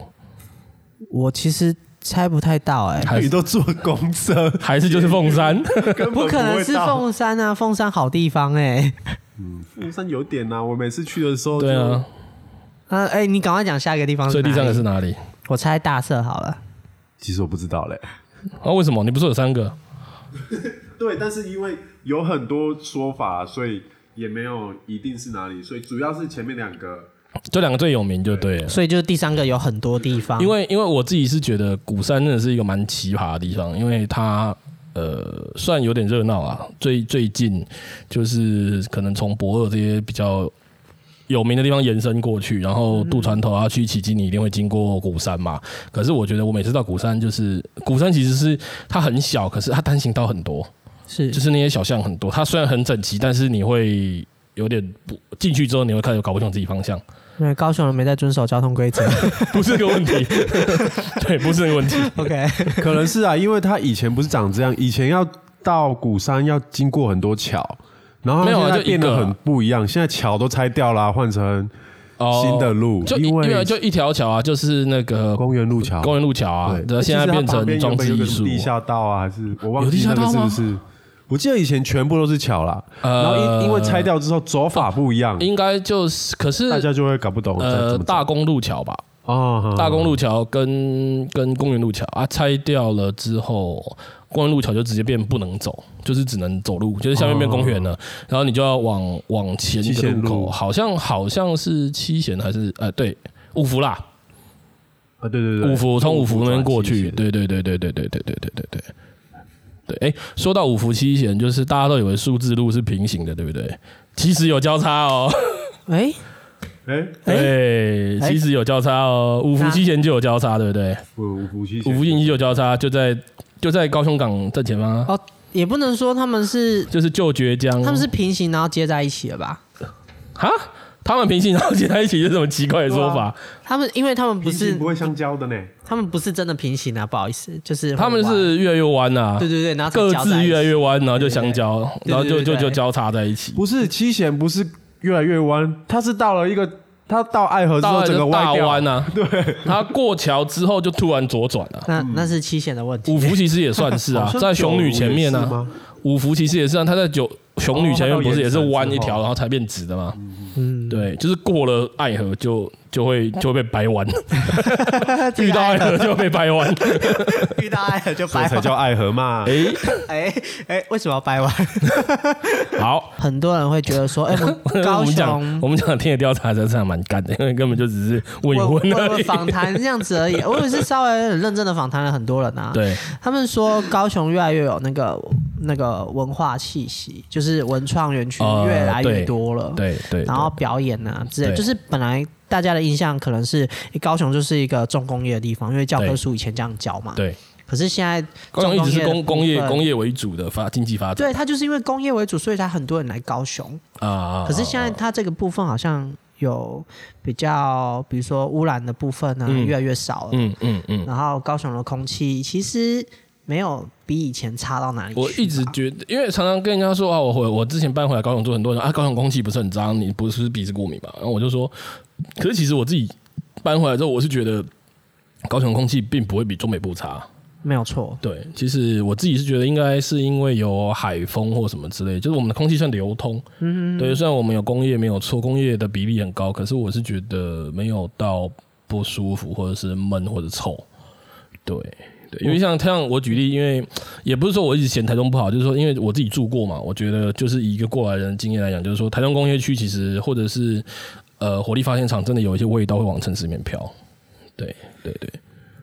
Speaker 2: 我其实猜不太到哎、
Speaker 1: 还
Speaker 3: 你
Speaker 1: 是
Speaker 3: 都坐公车，
Speaker 1: 还是就是凤山。
Speaker 3: 根本
Speaker 2: 不可能
Speaker 3: 会
Speaker 2: 是
Speaker 3: 到。
Speaker 2: 凤山啊， 凤山好地方哎、
Speaker 3: 凤山有点啊，我每次去的时候，
Speaker 1: 对啊，，
Speaker 2: 啊，哎、你赶快讲下一个地方是
Speaker 1: 所以
Speaker 2: 哪
Speaker 1: 第
Speaker 2: 里。
Speaker 1: 三个是哪里？
Speaker 2: 我猜大社好了。
Speaker 3: 其实我不知道嘞。
Speaker 1: 啊，为什么你不是有三个？
Speaker 3: 对，但是因为有很多说法，所以也没有一定是哪里，所以主要是前面两个。
Speaker 1: 这两个最有名就对了。
Speaker 2: 所以就是第三个有很多地方，
Speaker 3: 啊
Speaker 1: 因为因为我自己是觉得鼓山真的是一个蛮奇葩的地方，因为它呃算有点热闹啊。最最近就是可能从博尔这些比较有名的地方延伸过去，然后渡船头啊去奇迹，你一定会经过鼓山嘛。可是我觉得我每次到鼓山，就是鼓山其实是它很小，可是它单行道很多，
Speaker 2: 是
Speaker 1: 就是那些小巷很多。它虽然很整齐，但是你会有点不进去之后，你会开始搞不清楚自己 方向。
Speaker 2: 因为高雄人没在遵守交通 规则。
Speaker 1: 不是个问题， 对，不是个问题。
Speaker 2: OK，
Speaker 3: 可能是啊，因为他以前不是长这样，以前要到鼓山要经过很多桥，然后
Speaker 1: 没有啊
Speaker 3: 现
Speaker 1: 就
Speaker 3: 在
Speaker 1: 一
Speaker 3: 变
Speaker 1: 个
Speaker 3: 得
Speaker 1: 啊
Speaker 3: 很不一样，现在桥都拆掉啦，换成
Speaker 1: 哦
Speaker 3: 新的路，
Speaker 1: 就一
Speaker 3: 因
Speaker 1: 对
Speaker 3: 为
Speaker 1: 啊，就一条桥啊，就是那个
Speaker 3: 公园路桥，
Speaker 1: 公园路桥啊，
Speaker 3: 对，
Speaker 1: 那现在
Speaker 3: 其实它
Speaker 1: 变
Speaker 3: 旁
Speaker 1: 成
Speaker 3: 边
Speaker 1: 装
Speaker 3: 原本
Speaker 1: 置
Speaker 3: 有
Speaker 1: 艺
Speaker 3: 个
Speaker 1: 术。
Speaker 3: 地下道啊，还是我忘
Speaker 1: 有地
Speaker 3: 记
Speaker 1: 下
Speaker 3: 那个
Speaker 1: 道
Speaker 3: 是
Speaker 1: 吗呃
Speaker 3: 不是？我记得以前全部都是桥啦，然后因因为拆掉之后走法不一样，
Speaker 1: 哦应该就是，可是
Speaker 3: 大家就会搞不懂在
Speaker 1: 呃
Speaker 3: 怎么走
Speaker 1: 大公路桥吧，
Speaker 3: 哦
Speaker 1: 大公路桥跟跟公园路桥啊拆掉了之后，公园路桥就直接变不能走，就是只能走路，就是下面变公园了，然后你就要往往前一
Speaker 3: 哦七
Speaker 1: 个
Speaker 3: 贤
Speaker 1: 路口，
Speaker 3: 路
Speaker 1: 好像好像是七贤还是呃对五福啦，
Speaker 3: 啊，对对对，
Speaker 1: 五福从五福那边过去，
Speaker 3: 转西线，
Speaker 1: 对对对对对对对对对对对。对，哎，说到五福七贤，就是大家都以为数字路是平行的，对不对？其实有交叉哦，
Speaker 2: 哎、
Speaker 3: 哎，
Speaker 1: 对，
Speaker 2: 哎
Speaker 1: 其实有交叉哦，五福七贤就有交叉，对不对？
Speaker 3: 五福西
Speaker 1: 五福
Speaker 3: 西
Speaker 1: 七贤就有交叉，就在就在高雄港正前方啊，
Speaker 2: 哦，也不能说他们是
Speaker 1: 就是旧绝江，
Speaker 2: 他们是平行，然后接在一起了吧？
Speaker 1: 哈，他们平行然后接在一起，是什么奇怪的说法？
Speaker 2: 他们因为他们不
Speaker 3: 不
Speaker 2: 是
Speaker 3: 不会相交的呢，
Speaker 2: 他们不是真的平行啊，不好意思，就是
Speaker 1: 他们
Speaker 2: 会弯
Speaker 1: 是越来越弯啊，
Speaker 2: 对对对，然后才
Speaker 1: 各
Speaker 2: 交在
Speaker 1: 自
Speaker 2: 一起
Speaker 1: 越来越弯，然后就相交，
Speaker 2: 对
Speaker 1: 然后就
Speaker 2: 对对
Speaker 1: 就就
Speaker 2: 对
Speaker 1: 交叉在一起。
Speaker 3: 不是七贤不是越来越弯，它是到了一个，它到爱河之
Speaker 1: 到
Speaker 3: 后
Speaker 1: 了
Speaker 3: 整个
Speaker 1: 大
Speaker 3: 歪掉
Speaker 1: 弯，啊，对，他过桥之后就突然左转了、啊
Speaker 2: 那那是七险的问 题。
Speaker 1: 五福其实也算是
Speaker 3: 好
Speaker 1: 啊，
Speaker 3: 像
Speaker 1: 在雄女前面
Speaker 3: 九如也 是
Speaker 1: 啊，
Speaker 3: 吗？
Speaker 1: 五福其实也是啊，他在
Speaker 2: 哦
Speaker 1: 九雄女前面不是也是弯一
Speaker 3: 哦它到岩山之
Speaker 1: 条，
Speaker 3: 后
Speaker 1: 然后才变直的嘛。
Speaker 2: 嗯，
Speaker 1: 对，就是过了爱河就就会就会被掰弯，
Speaker 2: 这个
Speaker 1: 遇到爱河就被掰弯。
Speaker 2: 遇到爱了就
Speaker 3: 所以
Speaker 2: 掰
Speaker 3: 才
Speaker 2: 弯。
Speaker 3: 叫爱河嘛。
Speaker 1: 哎，
Speaker 2: 哎哎，为什么要 掰弯？
Speaker 1: 好，
Speaker 2: 很多人会觉得说，哎，我们
Speaker 1: 我
Speaker 2: 高
Speaker 1: 们讲
Speaker 2: 雄
Speaker 1: 我们讲天野调查真是还蛮干的，因为根本就只是问一
Speaker 2: 我
Speaker 1: 问而
Speaker 2: 我
Speaker 1: 已。
Speaker 2: 访谈这样子而已， 我也是稍微很认真的访谈了很多人啊。
Speaker 1: 对，
Speaker 2: 他们说高雄越来越有那个那个文化气息，就是文创园区
Speaker 1: 呃
Speaker 2: 越来
Speaker 1: 对
Speaker 2: 越多了。
Speaker 1: 对对，
Speaker 2: 然后表演啊之类，
Speaker 1: 对
Speaker 2: 就是本来大家的印象可能是诶高雄就是一个重工业的地方，因为教科书以前这样教嘛。
Speaker 1: 对，
Speaker 2: 可是现在
Speaker 1: 高雄一直是
Speaker 2: 重
Speaker 1: 工工业
Speaker 2: 的部分
Speaker 1: 工业为主的发经济发展
Speaker 2: 对它就是因为工业为主，所以才很多人来高雄。
Speaker 1: 啊啊，啊
Speaker 2: 可是现在
Speaker 1: 啊
Speaker 2: 它这个部分好像有比较，比如说污染的部分呢、啊
Speaker 1: 嗯
Speaker 2: 越来越少了，
Speaker 1: 嗯嗯嗯，
Speaker 2: 然后高雄的空气其实没有比以前差到哪里去吧。
Speaker 1: 我一直觉得，因为常常跟人家说啊，我回我之前搬回来高雄住，很多人说啊，高雄空气不是很脏，你不是鼻子过敏吧？然后我就说，可是其实我自己搬回来之后，我是觉得高雄空气并不会比中北部差。
Speaker 2: 没有错，
Speaker 1: 对，其实我自己是觉得应该是因为有海风或什么之类，就是我们的空气算流通。嗯，对，虽然我们有工业没有错，工业的比例很高，可是我是觉得没有到不舒服或者是闷或者臭。对。对，因为像像我举例，因为也不是说我一直嫌台中不好，就是说因为我自己住过嘛，我觉得就是以一个过来人的经验来讲，就是说台中工业区其实或者是呃火力发电厂，真的有一些味道会往城市里面飘。对对对，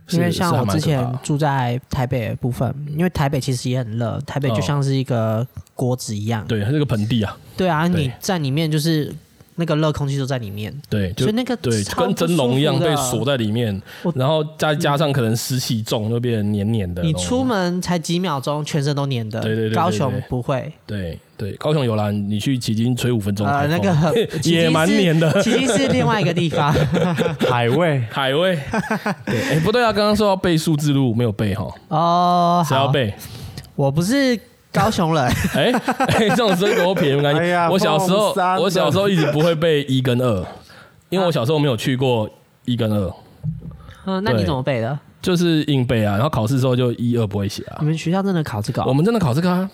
Speaker 1: 是
Speaker 2: 因为
Speaker 1: 是
Speaker 2: 像
Speaker 1: 还
Speaker 2: 我
Speaker 1: 蛮
Speaker 2: 之
Speaker 1: 可怕
Speaker 2: 前
Speaker 1: 的
Speaker 2: 住在台北的部分，因为台北其实也很热，台北
Speaker 1: 哦
Speaker 2: 就像是一个锅子一样。
Speaker 1: 对它是个盆地啊，
Speaker 2: 对啊，
Speaker 1: 对
Speaker 2: 你在里面就是那个热空气都在里面，
Speaker 1: 对，就
Speaker 2: 所以那个
Speaker 1: 对，
Speaker 2: 超
Speaker 1: 跟
Speaker 2: 不
Speaker 1: 蒸
Speaker 2: 舒
Speaker 1: 笼一
Speaker 2: 服
Speaker 1: 样被
Speaker 2: 的
Speaker 1: 锁在里面
Speaker 2: 我，
Speaker 1: 然后再加上可能湿气重，就变得黏黏的那
Speaker 2: 你
Speaker 1: 种。
Speaker 2: 出门才几秒钟，全身都黏的。
Speaker 1: 对对对对
Speaker 2: 高
Speaker 1: 对
Speaker 2: 雄不会，
Speaker 1: 对对，高雄有啦，你去迄今吹五分钟台
Speaker 2: 呃，那
Speaker 1: 风，
Speaker 2: 个 迄
Speaker 1: 也
Speaker 2: 今
Speaker 1: 蛮
Speaker 2: 是
Speaker 1: 黏 的
Speaker 2: 迄竟是另外一个 地方。
Speaker 3: 海味
Speaker 1: 海味。对，哎，不对啊，刚刚说要背数字路没有背哈，
Speaker 2: 哦，
Speaker 1: 谁要
Speaker 2: 好，
Speaker 1: 背？
Speaker 2: 我不是高 雄人，
Speaker 1: 哎哎，这种生活品我感
Speaker 3: 哎呀
Speaker 1: 觉，我小时候
Speaker 3: 凤山
Speaker 2: 啊
Speaker 3: 的
Speaker 1: 我小时候一直不会背一跟二，因为我小时候没有去过一跟二，
Speaker 2: 嗯，那
Speaker 1: 对
Speaker 2: 你怎么背的？
Speaker 1: 就是硬背啊，然后考试的时候就一二不会写啊
Speaker 2: 你。们学校真的考这个
Speaker 1: 我
Speaker 2: 哦？
Speaker 1: 们真的考这个啊，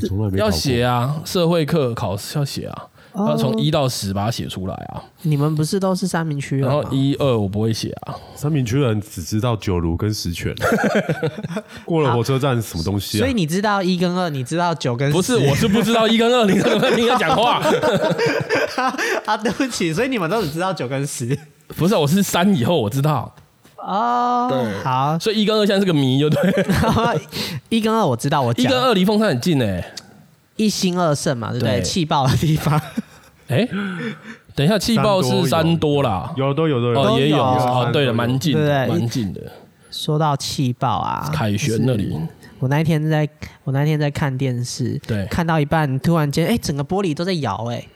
Speaker 3: 我从来没
Speaker 1: 要
Speaker 3: 考过
Speaker 1: 写啊，社会课考试要写啊，要从
Speaker 2: 哦
Speaker 1: 一到十把它写出来啊。
Speaker 2: 你们不是都是三明区人
Speaker 1: 然后
Speaker 2: 吗？
Speaker 1: 一二我不会写啊，
Speaker 3: 三明区人只知道九如跟十 全，过了火车站是什么东西啊？
Speaker 2: 所以你知道一跟二，你知道九跟
Speaker 1: 不是，我是不知道一跟二，你怎么听他讲话？
Speaker 2: 啊，对不起，所以你们都只知道九跟十
Speaker 1: 不是，我是三以后我知道，
Speaker 2: 哦。
Speaker 1: 对
Speaker 2: 好，
Speaker 1: 所以一跟二现在是个谜，就 对。
Speaker 2: 一跟二我知道，我
Speaker 1: 一
Speaker 2: 讲
Speaker 1: 跟二离凤山很近欸诶、
Speaker 2: 一心二圣嘛，对不对？
Speaker 1: 对
Speaker 2: 气爆的地方，
Speaker 1: 哎、等一下，气爆是三
Speaker 3: 三
Speaker 1: 多啦，
Speaker 3: 有都有都有
Speaker 1: 哦也有
Speaker 2: 都有
Speaker 1: 哦，对了，
Speaker 3: 都有
Speaker 1: 蛮近的，
Speaker 2: 对
Speaker 1: 蛮近的，
Speaker 2: 说到气爆啊，
Speaker 1: 凯旋那里，
Speaker 2: 我那一天在，我那一天在看电视，
Speaker 1: 对嗯
Speaker 2: 看到一半，突然间，哎、整个玻璃都在摇、哎、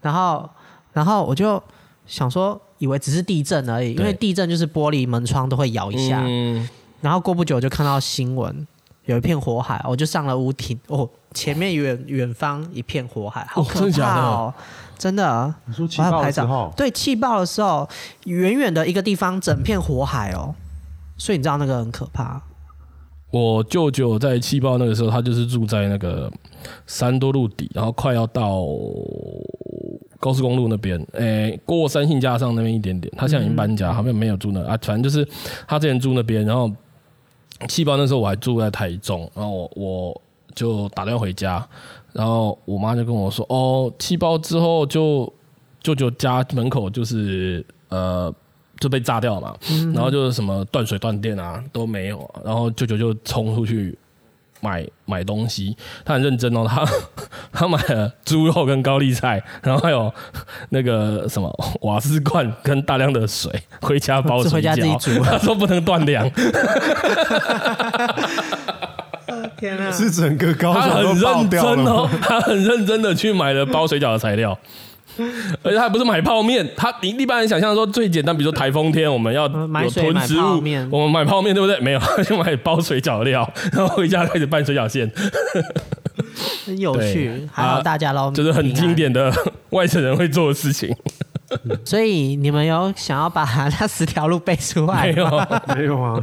Speaker 2: 然后，然后我就想说，以为只是地震而已，因
Speaker 1: 对
Speaker 2: 为地震就是玻璃门窗都会摇一下。
Speaker 1: 嗯，
Speaker 2: 然后过不久就看到新闻，有一片火海，我就上了屋顶，哦，前面远远方一片火海，好
Speaker 1: 哦真
Speaker 2: 可
Speaker 1: 的假的
Speaker 2: 怕哦，真的啊
Speaker 3: 你说气
Speaker 2: 我还有
Speaker 3: 爆
Speaker 2: 拍
Speaker 3: 的时
Speaker 2: 照
Speaker 3: 候，，
Speaker 2: 对，气爆的时候，远远的一个地方，整片火海哦，所以你知道那个很可怕。
Speaker 1: 我舅舅在气爆那个时候，他就是住在那个三多路底，然后快要到高速公路那边，诶、过三信加上那边一点点。他现在已经搬家，好像没有住那啊，反正就是他之前住那边，然后气爆那时候我还住在台中，然后我我就打电话回家，然后我妈就跟我说，哦，气爆之后就舅舅家门口就是呃就被炸掉了嘛，
Speaker 2: 嗯
Speaker 1: 然后就是什么断水断电啊都没有啊，然后舅舅就冲出去买买东西，他很认真哦，他 他买了猪肉跟高丽菜，然后还有那个什么瓦斯罐跟大量的水回家包
Speaker 2: 是
Speaker 1: 水
Speaker 2: 回家自己
Speaker 1: 饺，
Speaker 2: 煮
Speaker 1: 他说不能断粮，
Speaker 2: 天啊！
Speaker 3: 是整个高
Speaker 1: 他
Speaker 3: 雄
Speaker 1: 很
Speaker 3: 哦都爆
Speaker 1: 认
Speaker 3: 掉
Speaker 1: 真
Speaker 3: 了。
Speaker 1: 哦， 他很认真的去买了包水饺的材料，而且他还不是买泡面，他你一般人想象说最简单，比如说台风天我们要
Speaker 2: 嗯买
Speaker 1: 有
Speaker 2: 水
Speaker 1: 囤
Speaker 2: 买
Speaker 1: 食
Speaker 2: 泡
Speaker 1: 物
Speaker 2: 面，
Speaker 1: 我们买泡面对不对？没有， 他就买包水饺料，然后回家开始拌水饺馅，
Speaker 2: 很有
Speaker 1: 对
Speaker 2: 趣，还好
Speaker 1: 啊
Speaker 2: 大家捞、
Speaker 1: 就是很经。典的 外省人会做的事情。
Speaker 2: 所以你们有想要把那十条路背出来
Speaker 1: 没有
Speaker 2: 吗？，
Speaker 3: 没 有啊，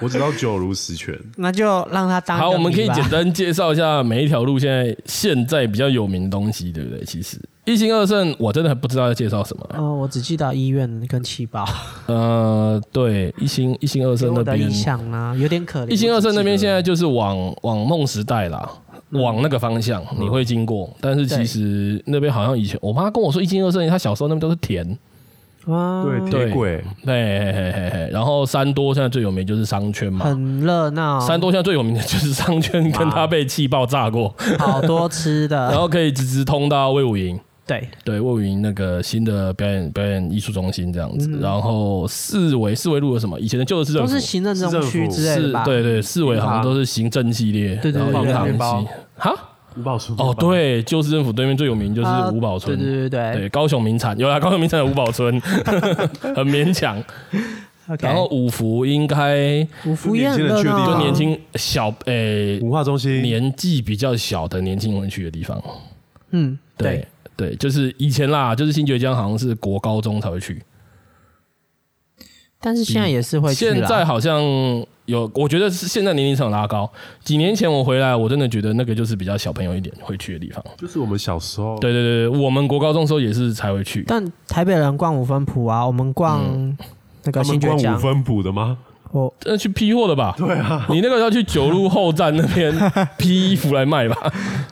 Speaker 3: 我只知道九如十全。
Speaker 2: 那就让它当一个
Speaker 1: 好，我们可以
Speaker 2: 谜吧
Speaker 1: 简单介绍一下每一条路现在现在比较有名的东西，对不对？其实一心二圣，我真的不知道要介绍什么。
Speaker 2: 哦，我只记得医院跟气爆，
Speaker 1: 呃，对，一心一心二
Speaker 2: 给
Speaker 1: 圣
Speaker 2: 我
Speaker 1: 那
Speaker 2: 的
Speaker 1: 边
Speaker 2: 印象啊，有点可怜。
Speaker 1: 一心二圣那边现在就是往往梦时代啦，
Speaker 2: 嗯
Speaker 1: 往那个方向你会
Speaker 2: 嗯
Speaker 1: 经过，但是其实那边好像以前我妈跟我说，一心二圣她小时候那边都是田，
Speaker 2: 啊，
Speaker 3: 对，铁轨，
Speaker 1: 嘿嘿嘿嘿嘿。然后三多现在最有名就是商圈嘛，
Speaker 2: 很热闹，
Speaker 1: 三多现在最有名的就是商圈，跟他被气爆炸过，
Speaker 2: 好多吃
Speaker 1: 然
Speaker 2: 的，
Speaker 1: 后可以直直通到魏武营。
Speaker 2: 对，
Speaker 1: 对，魏武营那个新的表演表演艺术中心这样子，然后四维四维路有什么？以前的旧的市政
Speaker 2: 嗯都
Speaker 1: 府
Speaker 2: 是行政中区之类
Speaker 1: 是
Speaker 2: 的吧？
Speaker 1: 对对，四维好像都是行政系列，
Speaker 2: 对对
Speaker 1: 然后
Speaker 2: 对
Speaker 1: 银
Speaker 3: 对
Speaker 1: 行系哈
Speaker 3: 五宝出
Speaker 1: 哦，对，旧市政府对面最有名就是
Speaker 2: 啊
Speaker 1: 五宝村，
Speaker 2: 对对对对
Speaker 1: 对，高雄名产有啦，高雄名产的五宝 村很勉强，
Speaker 2: OK，
Speaker 1: 然后五福应该
Speaker 2: 五福也很热闹啊，
Speaker 1: 就年轻小诶、
Speaker 3: 文化中心，
Speaker 1: 年纪比较小的年轻人会去的地方，
Speaker 2: 嗯，对
Speaker 1: 对，对，就是以前啦，就是新觉江好像是国高中才会去。
Speaker 2: 但是现在也是会去啦
Speaker 1: 嗯现在好像有，我觉得是现在年龄层有拉高。几年前我回来，我真的觉得那个就是比较小朋友一点会去的地
Speaker 2: 哦
Speaker 1: 方。
Speaker 3: 就是我们小时候，
Speaker 1: 对对对，对我们国高中时候也是才会去。
Speaker 2: 但台北人逛五分埔啊，我们逛
Speaker 1: 嗯
Speaker 2: 那个
Speaker 3: 他
Speaker 2: 新
Speaker 3: 们
Speaker 2: 觉
Speaker 3: 逛
Speaker 2: 江
Speaker 3: 五，分埔的吗？
Speaker 2: 我
Speaker 1: 那呃去批货的吧？对啊，你那个要去九路后站那边 批衣服来卖 吧？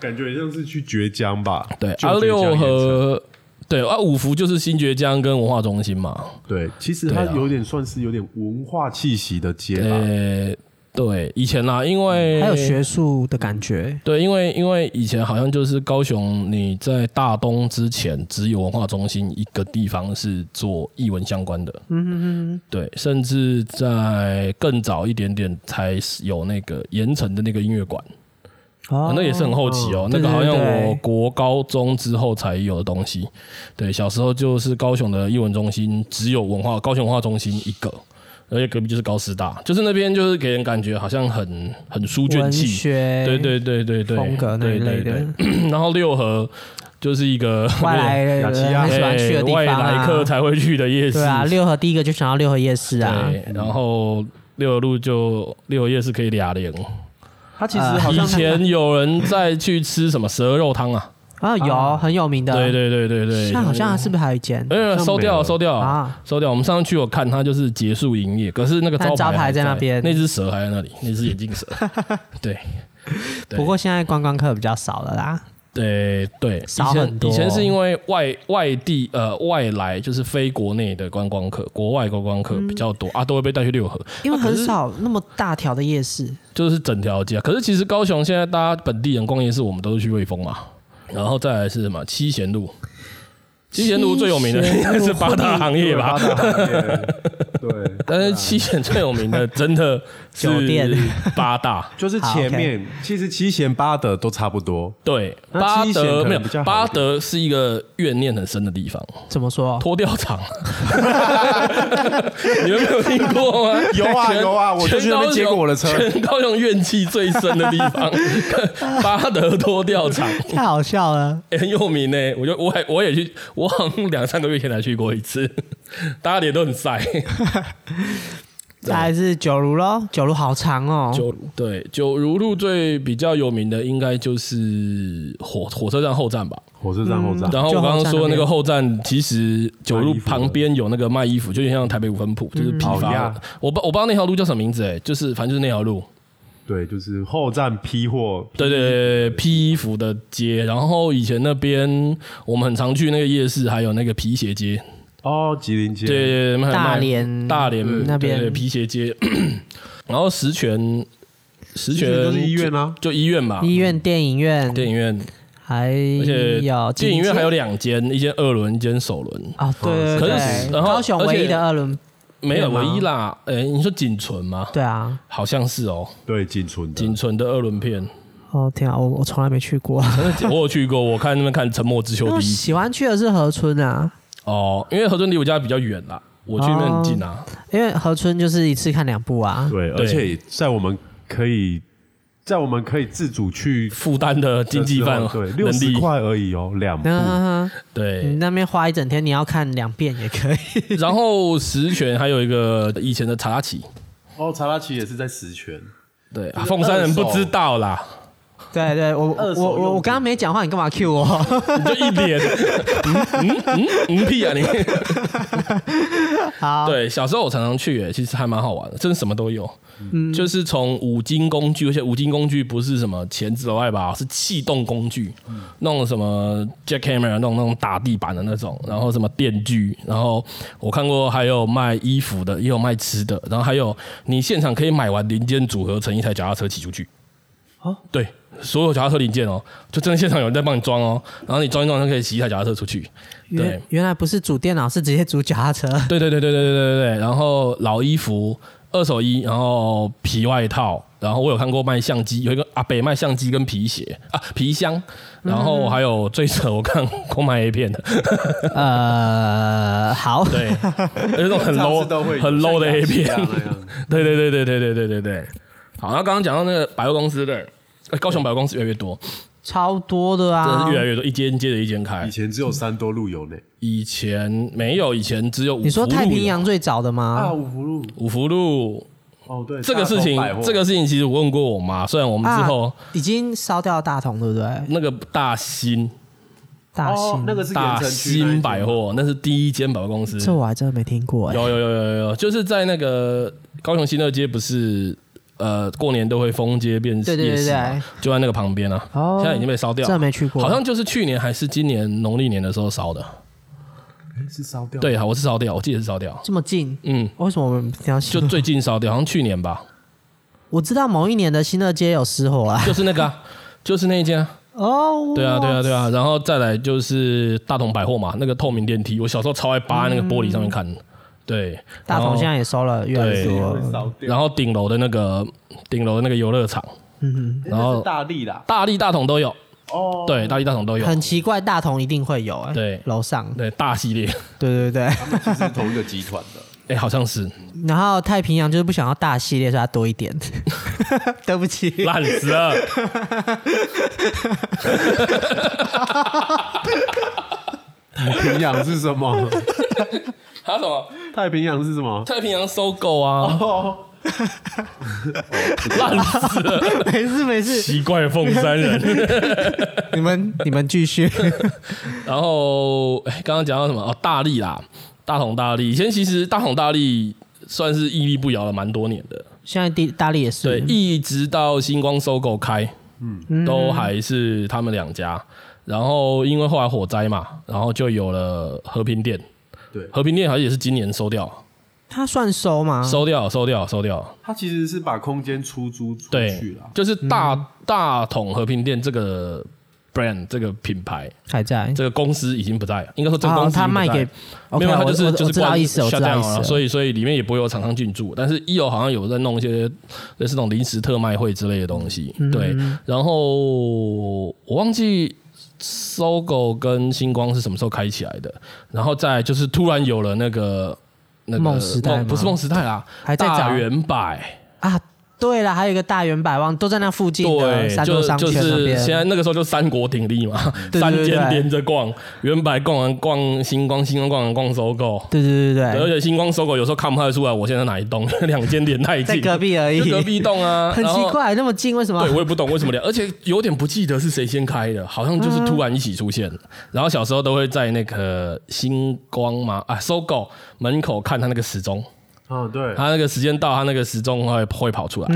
Speaker 3: 感觉像是去绝江吧？
Speaker 1: 对，
Speaker 3: 旧
Speaker 1: 啊
Speaker 3: 绝江
Speaker 1: 六
Speaker 3: 沿程
Speaker 1: 和对啊五福就是新觉江跟文化中心嘛。
Speaker 3: 对，其实它
Speaker 1: 对啊
Speaker 3: 有点算是有点文化气息的街吧。
Speaker 1: 呃，对，以前啦，因为
Speaker 2: 嗯还有学术的感觉，
Speaker 1: 对，因为因为以前好像就是高雄，你在大东之前只有文化中心一个地方是做艺文相关的，
Speaker 2: 嗯嗯嗯，
Speaker 1: 对，甚至在更早一点点才是有那个盐城的那个音乐馆，
Speaker 2: 哦
Speaker 1: 啊，那也是很后期哦，
Speaker 2: 嗯
Speaker 1: 那个好像
Speaker 2: 对对对
Speaker 1: 我国高中之后才有的东西。对，小时候就是高雄的艺文中心只有文化高雄文化中心一个，而且隔壁就是高师大，就是那边就是给人感觉好像很很书卷
Speaker 2: 文
Speaker 1: 气。
Speaker 2: 学
Speaker 1: 对对对对对，
Speaker 2: 风格那一
Speaker 1: 对
Speaker 2: 类
Speaker 1: 对
Speaker 2: 的
Speaker 1: 对， 然后六合就是一个
Speaker 2: 外来
Speaker 3: 雅琪啊
Speaker 2: 人
Speaker 3: 亚
Speaker 2: 很喜欢去的地
Speaker 1: 外
Speaker 2: 方
Speaker 1: 来
Speaker 2: 啊，
Speaker 1: 客才会去的夜市，
Speaker 2: 对啊，六合第一个就想到六合夜市啊，
Speaker 1: 对，然后六合路就六合夜市可以俩零。
Speaker 3: 它其实好
Speaker 1: 啊以
Speaker 3: 像
Speaker 1: 前有人在去吃什么蛇肉汤啊？
Speaker 2: 啊有很有名的，
Speaker 1: 对，对对对对，
Speaker 2: 现在好像是不是还有一间
Speaker 1: 呃收掉了收掉了
Speaker 2: 啊？
Speaker 1: 收掉了。我们上次去有看，它就是结束营业，可是那个招牌
Speaker 2: 但招牌
Speaker 1: 还
Speaker 2: 在
Speaker 1: 在
Speaker 2: 那边
Speaker 1: 那只蛇还在那里，那只眼镜 蛇。对对
Speaker 2: 不过现在观光客比较少了啦，
Speaker 1: 对对，以
Speaker 2: 少很
Speaker 1: 前
Speaker 2: 多
Speaker 1: 以前是因为外外地呃外来就是非国内的观光客，国外观光客比较多、啊，都会被带去六合，
Speaker 2: 嗯因为
Speaker 1: 啊可
Speaker 2: 很
Speaker 1: 是
Speaker 2: 少那么大条的夜市，
Speaker 1: 就是整条街啊。可是其实高雄现在大家本地人逛夜市，我们都是去瑞丰嘛，然后再来是什么七贤路。七贤路最有名的
Speaker 2: 七
Speaker 1: 应
Speaker 2: 贤
Speaker 1: 该
Speaker 2: 路
Speaker 1: 是八大行业 吧，
Speaker 3: 八大行业 对，啊
Speaker 1: 但是七贤最有名的真的是
Speaker 2: 酒店
Speaker 1: 八大，
Speaker 3: 就是
Speaker 2: 好，OK
Speaker 3: 前面其实七贤八德都差不多，
Speaker 1: 对
Speaker 3: 那
Speaker 1: 巴
Speaker 3: 七贤
Speaker 1: 德
Speaker 3: 可能
Speaker 1: 没有
Speaker 3: 比较好一点
Speaker 1: 巴德是一个怨念很深的地方，
Speaker 2: 怎么说？
Speaker 1: 脱掉厂， 你们没有听过吗？
Speaker 3: 有啊
Speaker 1: 全
Speaker 3: 有啊我就去那边接过我的车
Speaker 1: 全高雄怨气最深的地方，巴德脱掉厂、
Speaker 2: 太好笑了，
Speaker 1: 欸很有名呢、我就我还我也去，我好像两三个月前才去过一次，大家脸都很晒。
Speaker 2: 再来是九如喽，九如好长哦，
Speaker 1: 九对九如路最比较有名的应该就是火火车站后站吧。
Speaker 3: 火车站后站
Speaker 1: 然后我
Speaker 2: 哦就后站
Speaker 1: 刚刚
Speaker 2: 那
Speaker 1: 说
Speaker 2: 边
Speaker 1: 那个后站，其实九
Speaker 3: 卖
Speaker 1: 路
Speaker 3: 衣服的
Speaker 1: 旁边有那个卖衣服，就像台北五分铺，就是批
Speaker 2: 嗯
Speaker 3: 好
Speaker 1: 发
Speaker 3: 呀
Speaker 1: 的。我不我不知道那条路叫什么名字，哎，就是反正就是那条路，
Speaker 3: 对，就是后站批货，
Speaker 1: 对对对，
Speaker 2: 嗯
Speaker 1: 对批衣服的街。然后以前那边我们很常去那个夜市，还有那个皮鞋街，
Speaker 3: 哦，吉林街，
Speaker 1: 对对，对还有卖
Speaker 2: 大连
Speaker 1: 大连
Speaker 2: 嗯那边
Speaker 1: 对对皮鞋街， 然后石泉石
Speaker 3: 其
Speaker 1: 泉
Speaker 3: 实就是医院啊，
Speaker 1: 就医院嘛，
Speaker 2: 医院、电影院，
Speaker 1: 电影院，
Speaker 2: 还
Speaker 1: 嗯而且
Speaker 2: 有
Speaker 1: 电影院还
Speaker 2: 有
Speaker 1: 有两间，一间二轮，一间首轮，
Speaker 2: 啊，对对
Speaker 1: 可
Speaker 2: 对，
Speaker 1: 是然后
Speaker 2: 高雄唯一的二轮，
Speaker 1: 没有
Speaker 2: 对吗
Speaker 1: 唯一啦。诶，你说仅存吗？
Speaker 2: 对啊，
Speaker 1: 好像是哦，
Speaker 3: 对，仅存的
Speaker 1: 仅存的二轮片，
Speaker 2: 哦天啊，我我从来没去过，
Speaker 1: 我有去过，我看那边看《沉默之丘
Speaker 2: 因为》我
Speaker 1: 第一集
Speaker 2: 喜欢去的是河村啊，
Speaker 1: 哦，因为河村离我家比较远啦，我去那边很近啊。
Speaker 2: 因为河村就是一次看两部啊，
Speaker 3: 对，
Speaker 1: 对
Speaker 3: 而且在我们可以在我们可以自主去
Speaker 1: 负担的经济范
Speaker 3: 的时候 对，六
Speaker 1: 能
Speaker 3: 十
Speaker 1: 力，
Speaker 3: 块而已哦，两部
Speaker 2: 嗯，你
Speaker 1: 对。
Speaker 2: 那 边花一整天，你要看两遍也可以。
Speaker 1: 然后石泉还有一个以前的查拉奇，
Speaker 3: 哦，查拉奇也是在十全，
Speaker 1: 对，啊凤山人不知道啦。
Speaker 2: 对对，我
Speaker 3: 二
Speaker 2: 我
Speaker 3: 手用
Speaker 2: 我我
Speaker 3: 品
Speaker 2: 刚刚没讲话，你干嘛 Q 我？
Speaker 1: 你就一脸，嗯嗯嗯嗯屁啊你！
Speaker 2: 好，
Speaker 1: 对，小时候我常常去、欸，其实还蛮好玩的，真的什么都有。就是从五金工具，而且五金工具不是什么钳子外吧，是气动工具，弄什么 jackhammer，弄那种打地板的那种，然后什么电锯，然后我看过还有卖衣服的，也有卖吃的，然后还有你现场可以买完零件组合成一台脚踏车骑出去。
Speaker 3: 啊
Speaker 1: 对，所有脚踏车零件哦，就真的现场有人在帮你装哦，然后你装一装就可以骑一台脚踏车出去。 对
Speaker 2: 原，原来不是组电脑，是直接组脚 踏车。
Speaker 1: 对对对对对对对对。然后老衣服、二手衣，然后皮外套，然后我有看过卖相机，有一个阿北卖相机跟皮鞋啊皮箱，
Speaker 3: 嗯
Speaker 1: 然后还有最扯，我看过卖 A 片的，
Speaker 2: 呃，好，
Speaker 1: 对，那种很
Speaker 3: 上
Speaker 1: low
Speaker 3: 次都会有
Speaker 1: 很 low 的 A
Speaker 3: 像
Speaker 1: 片
Speaker 3: 牙，齿一样那样
Speaker 1: 对对对对对对对对对。好，然后刚刚讲到那个百货公司的。哎高雄百货公司越来越多，
Speaker 2: 超多的
Speaker 1: 真的
Speaker 2: 啊
Speaker 1: 是越！来越多，一间接着一间开
Speaker 3: 以。前只有三多路有呢，
Speaker 1: 以前没有，以前只有五
Speaker 2: 你说
Speaker 1: 福路
Speaker 2: 太平
Speaker 1: 有
Speaker 2: 洋最早的
Speaker 3: 啊，
Speaker 2: 吗？
Speaker 3: 五福路，
Speaker 1: 五福路
Speaker 3: 哦对，
Speaker 1: 这个事情
Speaker 3: 大同百，货哦
Speaker 1: 这个事情其实我问过我妈，虽然我们之后、
Speaker 2: 啊已经烧掉大同，对不对？
Speaker 1: 那个大新
Speaker 2: 大
Speaker 3: 哦
Speaker 2: 兴，
Speaker 3: 那个是盐
Speaker 1: 大
Speaker 3: 城区那一
Speaker 1: 新
Speaker 3: 间哦
Speaker 1: 百，货，那是第一间百货公司。
Speaker 2: 这我还真的没听过哎。
Speaker 1: 有有有有有，就是在那个高雄新乐街，不是呃过年都会封街变夜市
Speaker 2: 对对对
Speaker 1: 嘛
Speaker 2: 对
Speaker 1: 就在那个旁边啊。
Speaker 2: 哦
Speaker 1: 现在已经被烧掉
Speaker 2: 这
Speaker 1: 了，
Speaker 2: 没去过，
Speaker 1: 好像就是去年还是今年农历年的时候烧的。
Speaker 3: 诶哎是烧掉，，
Speaker 1: 对，好，我是烧掉，我记得是烧掉。
Speaker 2: 这么近。
Speaker 1: 嗯，
Speaker 2: 为什么我们听到新
Speaker 1: 就最近烧掉，好像去年吧，
Speaker 2: 我知道某一年的新乐街有失火 啊。
Speaker 1: 就是那个、啊，就是那一间、啊。
Speaker 2: 哦，
Speaker 1: 对啊，对啊，对啊。然后再来就是大同百货嘛，那个透明电梯，我小时候超爱扒那个玻璃上面看的。对，
Speaker 2: 大
Speaker 1: 然
Speaker 2: 同
Speaker 1: 后
Speaker 2: 现在也收了越来越
Speaker 1: 对
Speaker 2: 多
Speaker 3: 会。烧掉，
Speaker 1: 然后顶楼的那个顶楼的那个游乐场，
Speaker 2: 嗯，
Speaker 1: 然后
Speaker 3: 那是大力啦，
Speaker 1: 大力大桶都有，
Speaker 3: 哦，
Speaker 1: 对，大力大桶都有，
Speaker 2: 很奇怪，大同一定会有哎。
Speaker 1: 对
Speaker 2: 楼上，
Speaker 1: 对大系列，
Speaker 2: 对对对。
Speaker 3: 其实是同一个集团 的，
Speaker 1: 哎，好像是
Speaker 2: 然后太平洋就是不想要大系列，所以它多一点。 对不起，
Speaker 1: 烂死了。
Speaker 3: 太平洋是什么？
Speaker 1: 还有什么？
Speaker 3: 太平洋是什么？
Speaker 1: 太平洋搜狗啊，
Speaker 3: 哦，
Speaker 1: 烂死了，
Speaker 2: 没事 没事，
Speaker 1: 奇怪的凤山人。
Speaker 2: 你们你们继续。
Speaker 1: 然后哎，刚刚讲到什么？哦，大力啦，大桶大力，以前其实大桶大力算是屹立不摇了蛮多年的，
Speaker 2: 现在地大力也
Speaker 1: 对，
Speaker 2: 是，
Speaker 1: 一直到星光搜狗开，
Speaker 2: 嗯
Speaker 1: 都还是他们两家。然后因为后来火灾嘛，然后就有了和平店。
Speaker 3: 对
Speaker 1: 和平店好像也是今年收掉，
Speaker 2: 他算收吗？
Speaker 1: 收掉，收掉，收掉。
Speaker 3: 它其实是把空间出租出去
Speaker 1: 对
Speaker 3: 了，，
Speaker 1: 就是
Speaker 2: 嗯
Speaker 1: 大大统和平店这个 brand 这个品牌，
Speaker 2: 还在。
Speaker 1: 这个公司已经不在了。应该说这个
Speaker 2: 哦
Speaker 1: 公司已经
Speaker 2: 他
Speaker 1: 不
Speaker 2: 卖
Speaker 1: 在
Speaker 2: 给
Speaker 1: 了，没有，
Speaker 2: OK，
Speaker 1: 它就
Speaker 2: 我
Speaker 1: 是
Speaker 2: 我
Speaker 1: 就是
Speaker 2: 我知道意思，我知
Speaker 1: shut
Speaker 2: 道
Speaker 1: down
Speaker 2: 意
Speaker 1: 了，
Speaker 2: 思。
Speaker 1: 所以所以里面也不会有厂商进驻，但是一有好像有在弄一些类似那种临时特卖会之类的东西，
Speaker 2: 嗯
Speaker 1: 对。然后我忘记搜狗跟星光是什么时候开起来的，然后再来就是突然有了那个那个
Speaker 2: 梦时代吗
Speaker 1: 不是梦时代啦，
Speaker 2: 还在找
Speaker 1: 大圆柏，
Speaker 2: 啊，对了，还有一个大圆百万都在那附近的
Speaker 1: 对，
Speaker 2: 三座
Speaker 1: 就
Speaker 2: 商
Speaker 1: 就
Speaker 2: 圈那
Speaker 1: 是
Speaker 2: 边。
Speaker 1: 现在那个时候就三国鼎立嘛，
Speaker 2: 对对
Speaker 1: 三间
Speaker 2: 对
Speaker 1: 连着逛，圆柏逛完逛星光，星光逛完逛搜狗。
Speaker 2: 对对对
Speaker 1: 对而
Speaker 2: 对对，
Speaker 1: 且星光搜狗有时候看不太出来我现在哪一栋， 两间连太
Speaker 2: 在
Speaker 1: 近，
Speaker 2: 隔壁而已
Speaker 1: 就，隔壁栋啊，
Speaker 2: 很
Speaker 1: 然
Speaker 2: 奇
Speaker 1: 后。
Speaker 2: 怪，那么近为什么
Speaker 1: 对，？我也不懂为什么两，而且有点不记得是谁先开的，好像就是突然一起出现。然后小时候都会在那个星光嘛啊搜狗门口看他那个时钟，哦
Speaker 3: 嗯，对，
Speaker 1: 他那个时间到，他那个时钟会会跑
Speaker 2: 嗯
Speaker 1: 出来。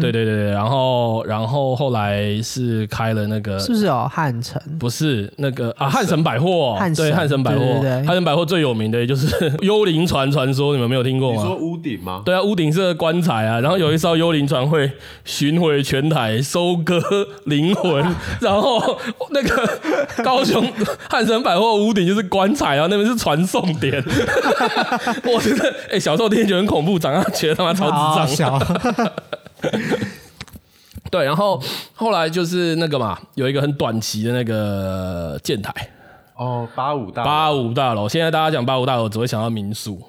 Speaker 1: 对对对对，然后然后后来是开了那个
Speaker 2: 是不是有汉城？
Speaker 1: 不是那个啊，汉神百货，
Speaker 2: 汉神
Speaker 1: 对汉神百货
Speaker 2: 对对，
Speaker 1: 汉
Speaker 2: 对
Speaker 1: 神百货最有名的就是 幽灵船传说，你们没有听过
Speaker 3: 你说
Speaker 1: 吗？
Speaker 3: 屋顶吗？
Speaker 1: 对啊，屋顶是个棺材啊，然后有一艘幽灵船会巡回全台收割灵魂，然后那个 高雄汉神百货屋顶就是棺材，然后那边是传送点。 我真的，哎、小时候听觉得很恐怖，长大觉得他妈超智障。
Speaker 2: 哦小，
Speaker 1: 对，然后后来就是那个嘛，有一个很短期的那个建台，
Speaker 3: 哦，八五大
Speaker 1: 八五大楼，现在大家讲八五大楼只会想到民宿，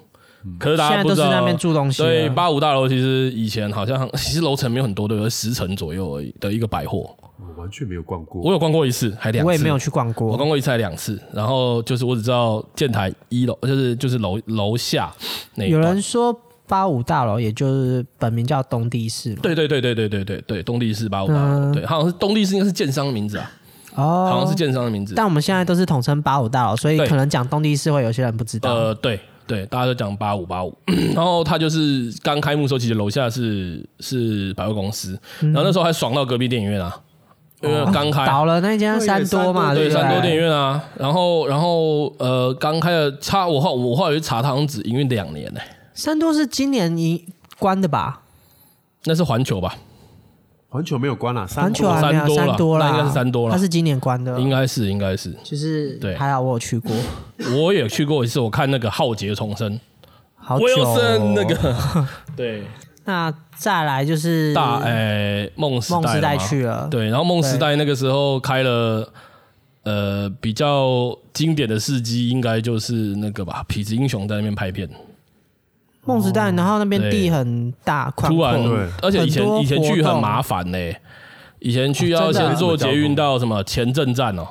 Speaker 1: 可是大家
Speaker 2: 现在
Speaker 1: 不
Speaker 2: 都
Speaker 1: 知
Speaker 2: 是
Speaker 1: 道
Speaker 2: 那边住东西了
Speaker 1: 对，八五大楼其实以前好像其实楼层没有很多，都有十层左右而已的一个百货。
Speaker 3: 我完全没有逛过，
Speaker 1: 我有逛过一次，还两次。
Speaker 2: 我也没有去逛
Speaker 1: 我
Speaker 2: 过。
Speaker 1: 逛过一次还两次，然后就是我只知道建台一楼，就是就是楼楼下那一
Speaker 2: 有
Speaker 1: 段
Speaker 2: 人说八五大楼，也就是本名叫东地市嘛。
Speaker 1: 对对对对对对对对，东力士八五八，
Speaker 2: 嗯
Speaker 1: 对，好像是东力士应该是建商的名字啊，
Speaker 2: 哦，
Speaker 1: 好像是建商的名字。
Speaker 2: 但我们现在都是统称八五大楼，所以
Speaker 1: 对
Speaker 2: 可能讲东地市会有些人不知道。
Speaker 1: 呃，对对，大家都讲八五八五， 然后他就是刚开幕的时候，其实楼下是是百货公司，
Speaker 2: 嗯
Speaker 1: 然后那时候还爽到隔壁电影院啊，因为刚开。
Speaker 2: 倒了那间三多嘛，
Speaker 3: 对
Speaker 1: 对，
Speaker 2: 哦对不对
Speaker 1: 三多电影院啊，然后，然后，呃，刚开的，差我后我后来去查，它好像只营运两年呢、欸
Speaker 2: 三多是今年一关的吧？
Speaker 1: 那是环球吧？
Speaker 3: 环球没有关了，啊三
Speaker 2: 环球还没
Speaker 1: 三
Speaker 2: 有
Speaker 1: 多啦
Speaker 2: 三多啦，
Speaker 1: 那应该是三多啦
Speaker 2: 它是今年关的
Speaker 1: 应。该是，应该是。
Speaker 2: 就是
Speaker 1: 对
Speaker 2: 还好我有 去过，
Speaker 1: 我也去过一次，我看那个《浩劫重生》
Speaker 2: 好久、哦。
Speaker 1: ，Wilson 那 个，对，
Speaker 2: 那再来就是
Speaker 1: 大诶梦时代了
Speaker 2: 梦
Speaker 1: 嘛
Speaker 2: 时代去了，
Speaker 1: 对，然后梦时代那个时候开了，呃，比较经典的事迹应该就是那个吧，痞子英雄在那边拍片，
Speaker 2: 梦时代，然后那边
Speaker 1: 哦对
Speaker 2: 地很大，宽
Speaker 1: 突
Speaker 2: 阔
Speaker 1: 然
Speaker 3: 对，
Speaker 1: 而且以前
Speaker 2: 很多活动
Speaker 1: 以前去很麻烦呢、以前去要
Speaker 2: 哦真的啊
Speaker 1: 先坐捷运到什么前镇站哦、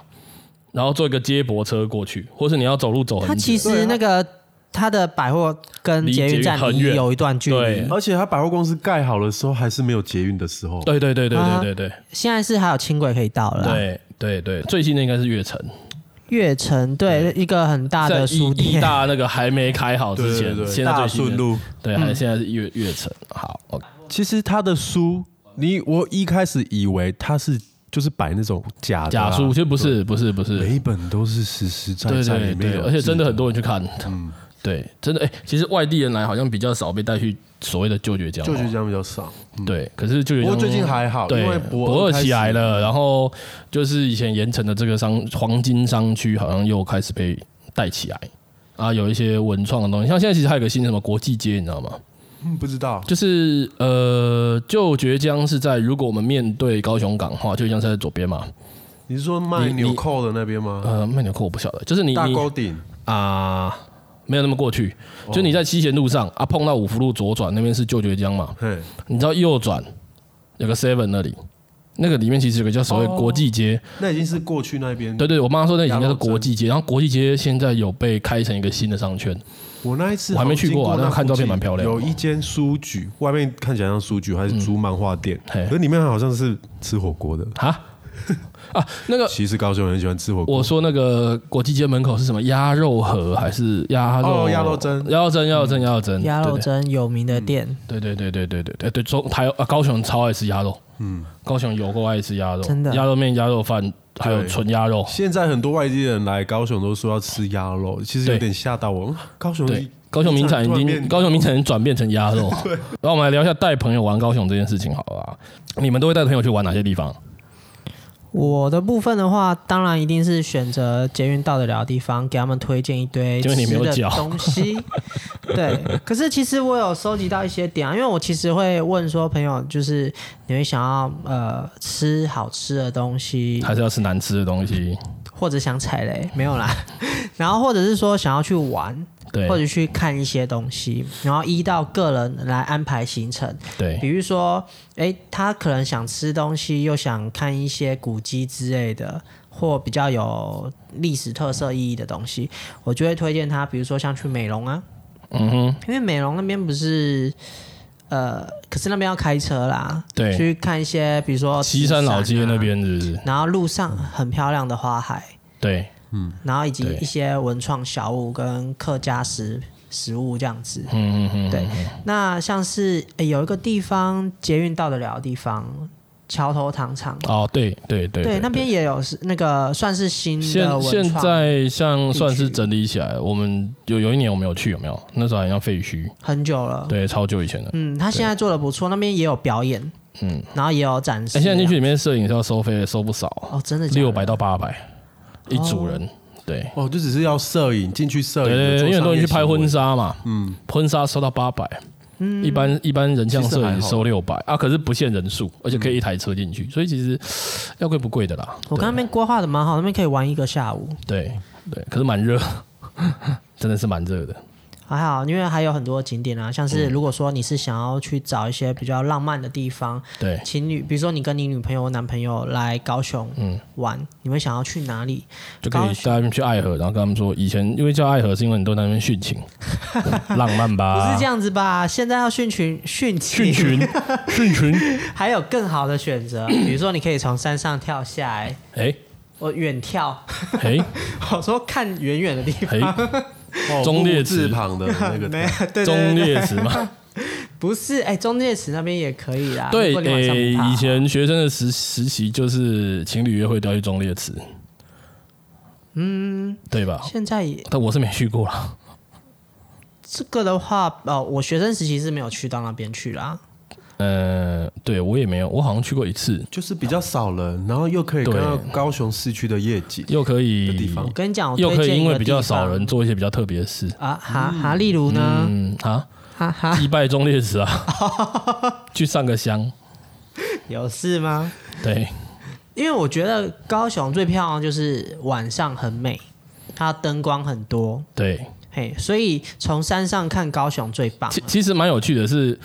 Speaker 1: 然后坐一个接驳车过去，或是你要走路走
Speaker 2: 它
Speaker 1: 很
Speaker 2: 其
Speaker 1: 久。
Speaker 2: 实那个它的百货跟
Speaker 1: 离
Speaker 2: 捷
Speaker 1: 捷
Speaker 2: 运
Speaker 1: 运
Speaker 2: 站
Speaker 1: 很
Speaker 2: 离
Speaker 1: 远
Speaker 2: 有一段距离
Speaker 1: 对，
Speaker 3: 而且他百货公司盖好的时候还是没有捷运的时候，
Speaker 1: 对对对对
Speaker 2: 啊
Speaker 1: 对对对
Speaker 2: 现在是还有轻轨可以到了啦。
Speaker 1: 对对对，最新的应该是月城，
Speaker 2: 悦城对一个很大
Speaker 1: 在
Speaker 2: 的
Speaker 1: 一
Speaker 2: 书
Speaker 1: 一
Speaker 2: 店，
Speaker 1: 大那个还没开好之前，现在
Speaker 3: 大
Speaker 1: 最新的
Speaker 3: 顺路。
Speaker 1: 对，还现在是月月城。好，OK，
Speaker 3: 其实他的书，你我一开始以为他是就是摆那种假的
Speaker 1: 假
Speaker 3: 啊
Speaker 1: 书其实不是不是不是，
Speaker 3: 每一本都是实实在
Speaker 1: 对
Speaker 3: 在
Speaker 1: 对
Speaker 3: 里面
Speaker 1: 对，
Speaker 3: 有，
Speaker 1: 而且真的很多人去看，
Speaker 3: 嗯
Speaker 1: 对，真的哎、其实外地人来好像比较少被带去所谓的旧爵江，
Speaker 3: 旧学奖比较少。
Speaker 1: 对，可是旧爵
Speaker 3: 不
Speaker 1: 江
Speaker 3: 过最近还好，
Speaker 1: 对
Speaker 3: 因为
Speaker 1: 博尔
Speaker 3: 尔
Speaker 1: 起来，了，然后就是以前盐城的这个商黄金商区好像又开始被带起来啊，有一些文创的东西，像现在其实还有个新什么国际街，你知道吗？
Speaker 3: 嗯，不知道
Speaker 1: 就是呃，旧爵江是在如果我们面对高雄港的话，旧爵江是在左边嘛，
Speaker 3: 你是说卖
Speaker 1: 你
Speaker 3: 纽扣的那边吗？
Speaker 1: 呃，曼纽扣我不晓得，就是你
Speaker 3: 大
Speaker 1: 你
Speaker 3: 沟顶
Speaker 1: 啊、没有那么过去。就你在七贤路上啊，碰到五福路左转那边是旧爵江嘛，
Speaker 3: 嘿，
Speaker 1: 你知道右转有个 Seven 那里，那个里面其实有个叫所谓
Speaker 3: 哦
Speaker 1: 国际街，
Speaker 3: 那已经是过去那边。
Speaker 1: 对对，我妈说那已经
Speaker 3: 亚
Speaker 1: 是
Speaker 3: 洲镇
Speaker 1: 国际街，然后国际街现在有被开成一个新的商圈，
Speaker 3: 我那一次
Speaker 1: 我还没去过啊
Speaker 3: 好像经
Speaker 1: 但看照片
Speaker 3: 那附近
Speaker 1: 蛮漂亮的
Speaker 3: 有一间书局，外面看起来像书局，还是租漫画店，
Speaker 1: 嗯嘿
Speaker 3: 可是里面好像是吃火锅的。
Speaker 1: 哈 啊，那个
Speaker 3: 其实高雄人很喜欢吃火锅，
Speaker 1: 我说那个国际街门口是什么鸭肉盒还是鸭肉？
Speaker 3: 哦鸭肉蒸
Speaker 1: 鸭肉蒸，鸭肉蒸，鸭肉蒸，
Speaker 2: 鸭
Speaker 1: 对嗯
Speaker 2: 肉
Speaker 1: 对
Speaker 2: 蒸有名的店，
Speaker 1: 对对对对对对对对，中台啊高雄超爱吃鸭肉，嗯，高雄有够爱吃鸭肉，
Speaker 2: 真的
Speaker 1: 鸭肉面、鸭肉饭，还有纯鸭肉，
Speaker 3: 现在很多外地人来高雄都说要吃鸭肉，其实有
Speaker 1: 对
Speaker 3: 点吓到我。嗯高雄
Speaker 1: 对，高雄名产已
Speaker 3: 突然
Speaker 1: 经
Speaker 3: 变
Speaker 1: 高雄名产已经转变成鸭 肉，对。然后我们来聊一下带朋友玩高雄这件事情，好了啊，你们都会带朋友去玩哪些地方？
Speaker 2: 我的部分的话，当然一定是选择捷运到得了的地方，给他们推荐一堆
Speaker 1: 结果你没
Speaker 2: 吃
Speaker 1: 有
Speaker 2: 的
Speaker 1: 脚
Speaker 2: 东西。 对，可是其实我有收集到一些点啊，因为我其实会问说，朋友就是你会想要呃吃好吃的东西，
Speaker 1: 还是要吃难吃的东西？
Speaker 2: 或者想踩 雷，没有啦。 然后或者是说想要去玩，
Speaker 1: 对
Speaker 2: 或者去看一些东西，然后依到个人来安排行程。
Speaker 1: 对
Speaker 2: 比如说，诶，他可能想吃东西，又想看一些古迹之类的，或比较有历史特色意义的东西，我就会推荐他，比如说像去美容啊，嗯哼，因为美容那边不是，呃，可是那边要开车啦，
Speaker 1: 对
Speaker 2: 去看一些，比如说
Speaker 1: 西山老街
Speaker 2: 紫啊
Speaker 1: 那，边是不是？
Speaker 2: 然后路上很漂亮的花海，
Speaker 1: 对，
Speaker 2: 然后以及
Speaker 1: 对
Speaker 2: 一些文创小物跟客家食食物这样子，
Speaker 1: 嗯嗯嗯，
Speaker 2: 对，那像是、诶有一个地方捷运到得了的地方，桥头糖厂，
Speaker 1: 哦，对对对
Speaker 2: 对，那边也有是那个算是新
Speaker 1: 现
Speaker 2: 的文创。
Speaker 1: 现在像算是
Speaker 2: 地区
Speaker 1: 整理起来，我们有有一年我们有去，有没有？那时候好像废墟，
Speaker 2: 很久了，
Speaker 1: 对，超久以前的。
Speaker 2: 嗯，他现在做的不错，那边也有表演，嗯，然后也有展示。
Speaker 1: 哎，现在进去里面摄影是要收费的，收不少，
Speaker 2: 哦，真的假的
Speaker 1: 六百到八百一组人，对。
Speaker 3: 哦，就只是要摄影进去摄影，
Speaker 1: 对对对，
Speaker 3: 做
Speaker 1: 因为很多人去
Speaker 3: 商业
Speaker 1: 拍
Speaker 3: 行为
Speaker 1: 婚纱嘛，嗯，婚纱收到八百，嗯，一般一般人像摄影收六百啊，可是不限人数，而且可以一台车进去，所以其实要贵不贵的啦。
Speaker 2: 我刚刚那边规划的蛮好，那边可以玩一个下午。
Speaker 1: 对对，可是蛮热，真的是蛮热的。
Speaker 2: 还好，因为还有很多景点啊，像是
Speaker 1: 嗯
Speaker 2: 如果说你是想要去找一些比较浪漫的地方，
Speaker 1: 对
Speaker 2: 情侣，比如说你跟你女朋友、男朋友来高雄
Speaker 1: 嗯
Speaker 2: 玩，你们想要去哪里？
Speaker 1: 就可以带他们去爱河，然后跟他们说，以前因为叫爱河是因为很多人在那边殉 情，浪漫
Speaker 2: 不
Speaker 1: 吧？
Speaker 2: 是这样子吧？现在要训群、训
Speaker 1: 殉啊群，殉群，
Speaker 2: 还有更好的选择，比如说你可以从山上跳下来，
Speaker 1: 哎
Speaker 2: 我远跳，
Speaker 1: 哎
Speaker 2: 我说看远远的地方，
Speaker 1: 哎，
Speaker 3: 哦
Speaker 1: 中列
Speaker 3: 字
Speaker 1: 子
Speaker 3: 旁的那个
Speaker 2: 没有，对对
Speaker 1: 中
Speaker 2: 对对，
Speaker 1: 烈祠嘛。
Speaker 2: 不是，哎，中介池那边也可以啦。
Speaker 1: 对，哎
Speaker 2: 如果你晚上啊不怕
Speaker 1: 以前学生的时时期就是情侣约会都要去中烈祠，嗯，对吧？
Speaker 2: 现在也
Speaker 1: 但我是没去过啦。
Speaker 2: 这个的话，哦，我学生时期是没有去到那边去啦。
Speaker 1: 呃，对我也没有，我好像去过一次，
Speaker 3: 就是比较少人，然后又可以看
Speaker 1: 对
Speaker 3: 到高雄市区的夜景。
Speaker 1: 又可
Speaker 3: 的地
Speaker 1: 以，
Speaker 3: 方
Speaker 2: 我跟你讲，我
Speaker 1: 又
Speaker 2: 推
Speaker 1: 可以
Speaker 2: 荐一
Speaker 1: 因
Speaker 2: 个
Speaker 1: 为比较
Speaker 2: 地方
Speaker 1: 少人做一些比较特别的事。
Speaker 2: 啊，哈哈，例如呢，
Speaker 1: 嗯啊，
Speaker 2: 哈哈，
Speaker 1: 祭拜中烈祠啊，去上个香。
Speaker 2: 有事吗？
Speaker 1: 对，
Speaker 2: 因为我觉得高雄最漂亮就是晚上很美，它灯光很多，
Speaker 1: 对，
Speaker 2: 嘿，所以从山上看高雄最棒
Speaker 1: 其。其实蛮有趣的是，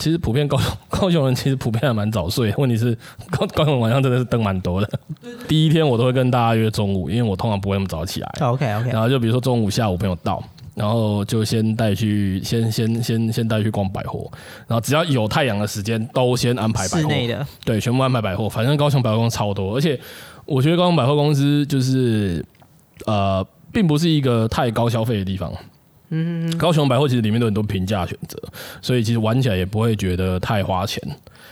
Speaker 1: 其实普遍高雄 高雄人其实普遍还蛮早睡，问题是高高雄晚上真的是灯蛮多的。第一天我都会跟大家约中午，因为我通常不会那么早起来。
Speaker 2: OK OK，
Speaker 1: 然后就比如说中午、下午朋友到，然后就先带去，先先先先带去逛百货，然后只要有太阳的时间都先安排百货。哦
Speaker 2: 室内的
Speaker 1: 对，全部安排百货，反正高雄百货公司超多，而且我觉得高雄百货公司就是呃，并不是一个太高消费的地方。嗯，高雄百货其实里面都有很多平价选择，所以其实玩起来也不会觉得太花钱。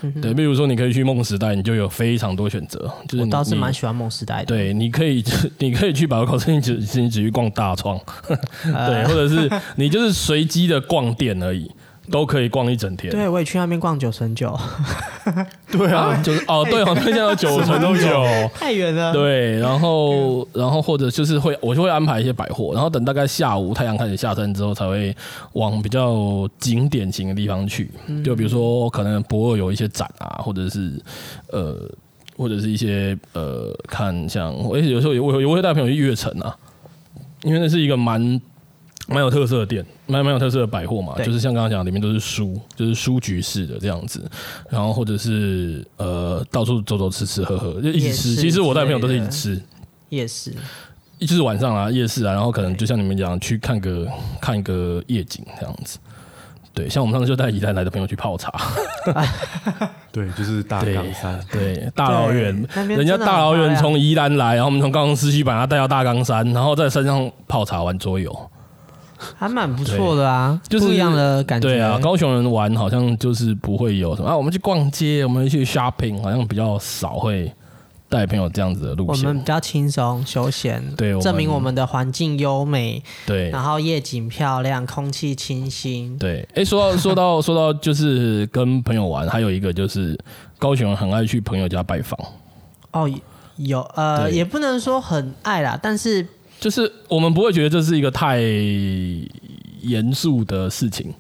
Speaker 2: 嗯
Speaker 1: 对，比如说你可以去梦时代，你就有非常多选择，就是
Speaker 2: 我
Speaker 1: 你
Speaker 2: 倒是
Speaker 1: 你
Speaker 2: 蛮喜欢梦时代的。
Speaker 1: 对，你可以你可以去百货公司，你只你只去逛大创，
Speaker 2: 啊
Speaker 1: 对，或者是你就是随机的逛店而已，都可以逛一整天。
Speaker 2: 对，我也去那边逛九层九，
Speaker 1: 对啊，就是哦，对哦，那现在有九层都有。
Speaker 2: 太远了。
Speaker 1: 对，然后然后或者就是会我就会安排一些百货，然后等大概下午太阳开始下山之后，才会往比较景点型的地方去，就比如说可能博尔有一些展啊，或者是呃。或者是一些呃，看像，而且有时候也我也会带朋友去悦城啊，因为那是一个蛮蛮有特色的店，蛮蛮有特色的百货嘛，
Speaker 2: 对
Speaker 1: 就是像刚刚讲，里面都是书，就是书局式的这样子，然后或者是呃到处走走吃吃喝喝，就一
Speaker 2: 夜
Speaker 1: 起
Speaker 2: 市
Speaker 1: 吃。其实我带朋友都是一
Speaker 2: 之
Speaker 1: 起
Speaker 2: 类的
Speaker 1: 吃，
Speaker 2: 夜市，
Speaker 1: 就是晚上啊夜市啊，然后可能就像你们讲去看个看个夜景这样子。对，像我们上次就带宜兰来的朋友去泡茶，
Speaker 3: 对，就是大
Speaker 1: 对
Speaker 3: 冈山。
Speaker 1: 对，大老远，
Speaker 2: 那边
Speaker 1: 人家
Speaker 2: 真的很
Speaker 1: 大老远
Speaker 2: 漂亮
Speaker 1: 从宜兰来，然后我们从高雄市区把他带到大冈山，然后在山上泡茶玩桌游。
Speaker 2: 还蛮不错的啊，
Speaker 1: 就是
Speaker 2: 不一样的感觉。
Speaker 1: 对啊，高雄人玩好像就是不会有什么啊，我们去逛街，我们去 shopping，好像比较少会带朋友这样子的路
Speaker 2: 我们
Speaker 1: 线。
Speaker 2: 比较轻松休闲，
Speaker 1: 对我们
Speaker 2: 证明我们的环境优美，
Speaker 1: 对
Speaker 2: 然后夜景漂亮，空气清新。
Speaker 1: 对，哎，说到说到 说到，就是跟朋友玩，还有一个就是高雄人很爱去朋友家拜访，
Speaker 2: 哦，有呃，
Speaker 1: 对
Speaker 2: 也不能说很爱啦，但是
Speaker 1: 就是我们不会觉得这是一个太严肃的事情，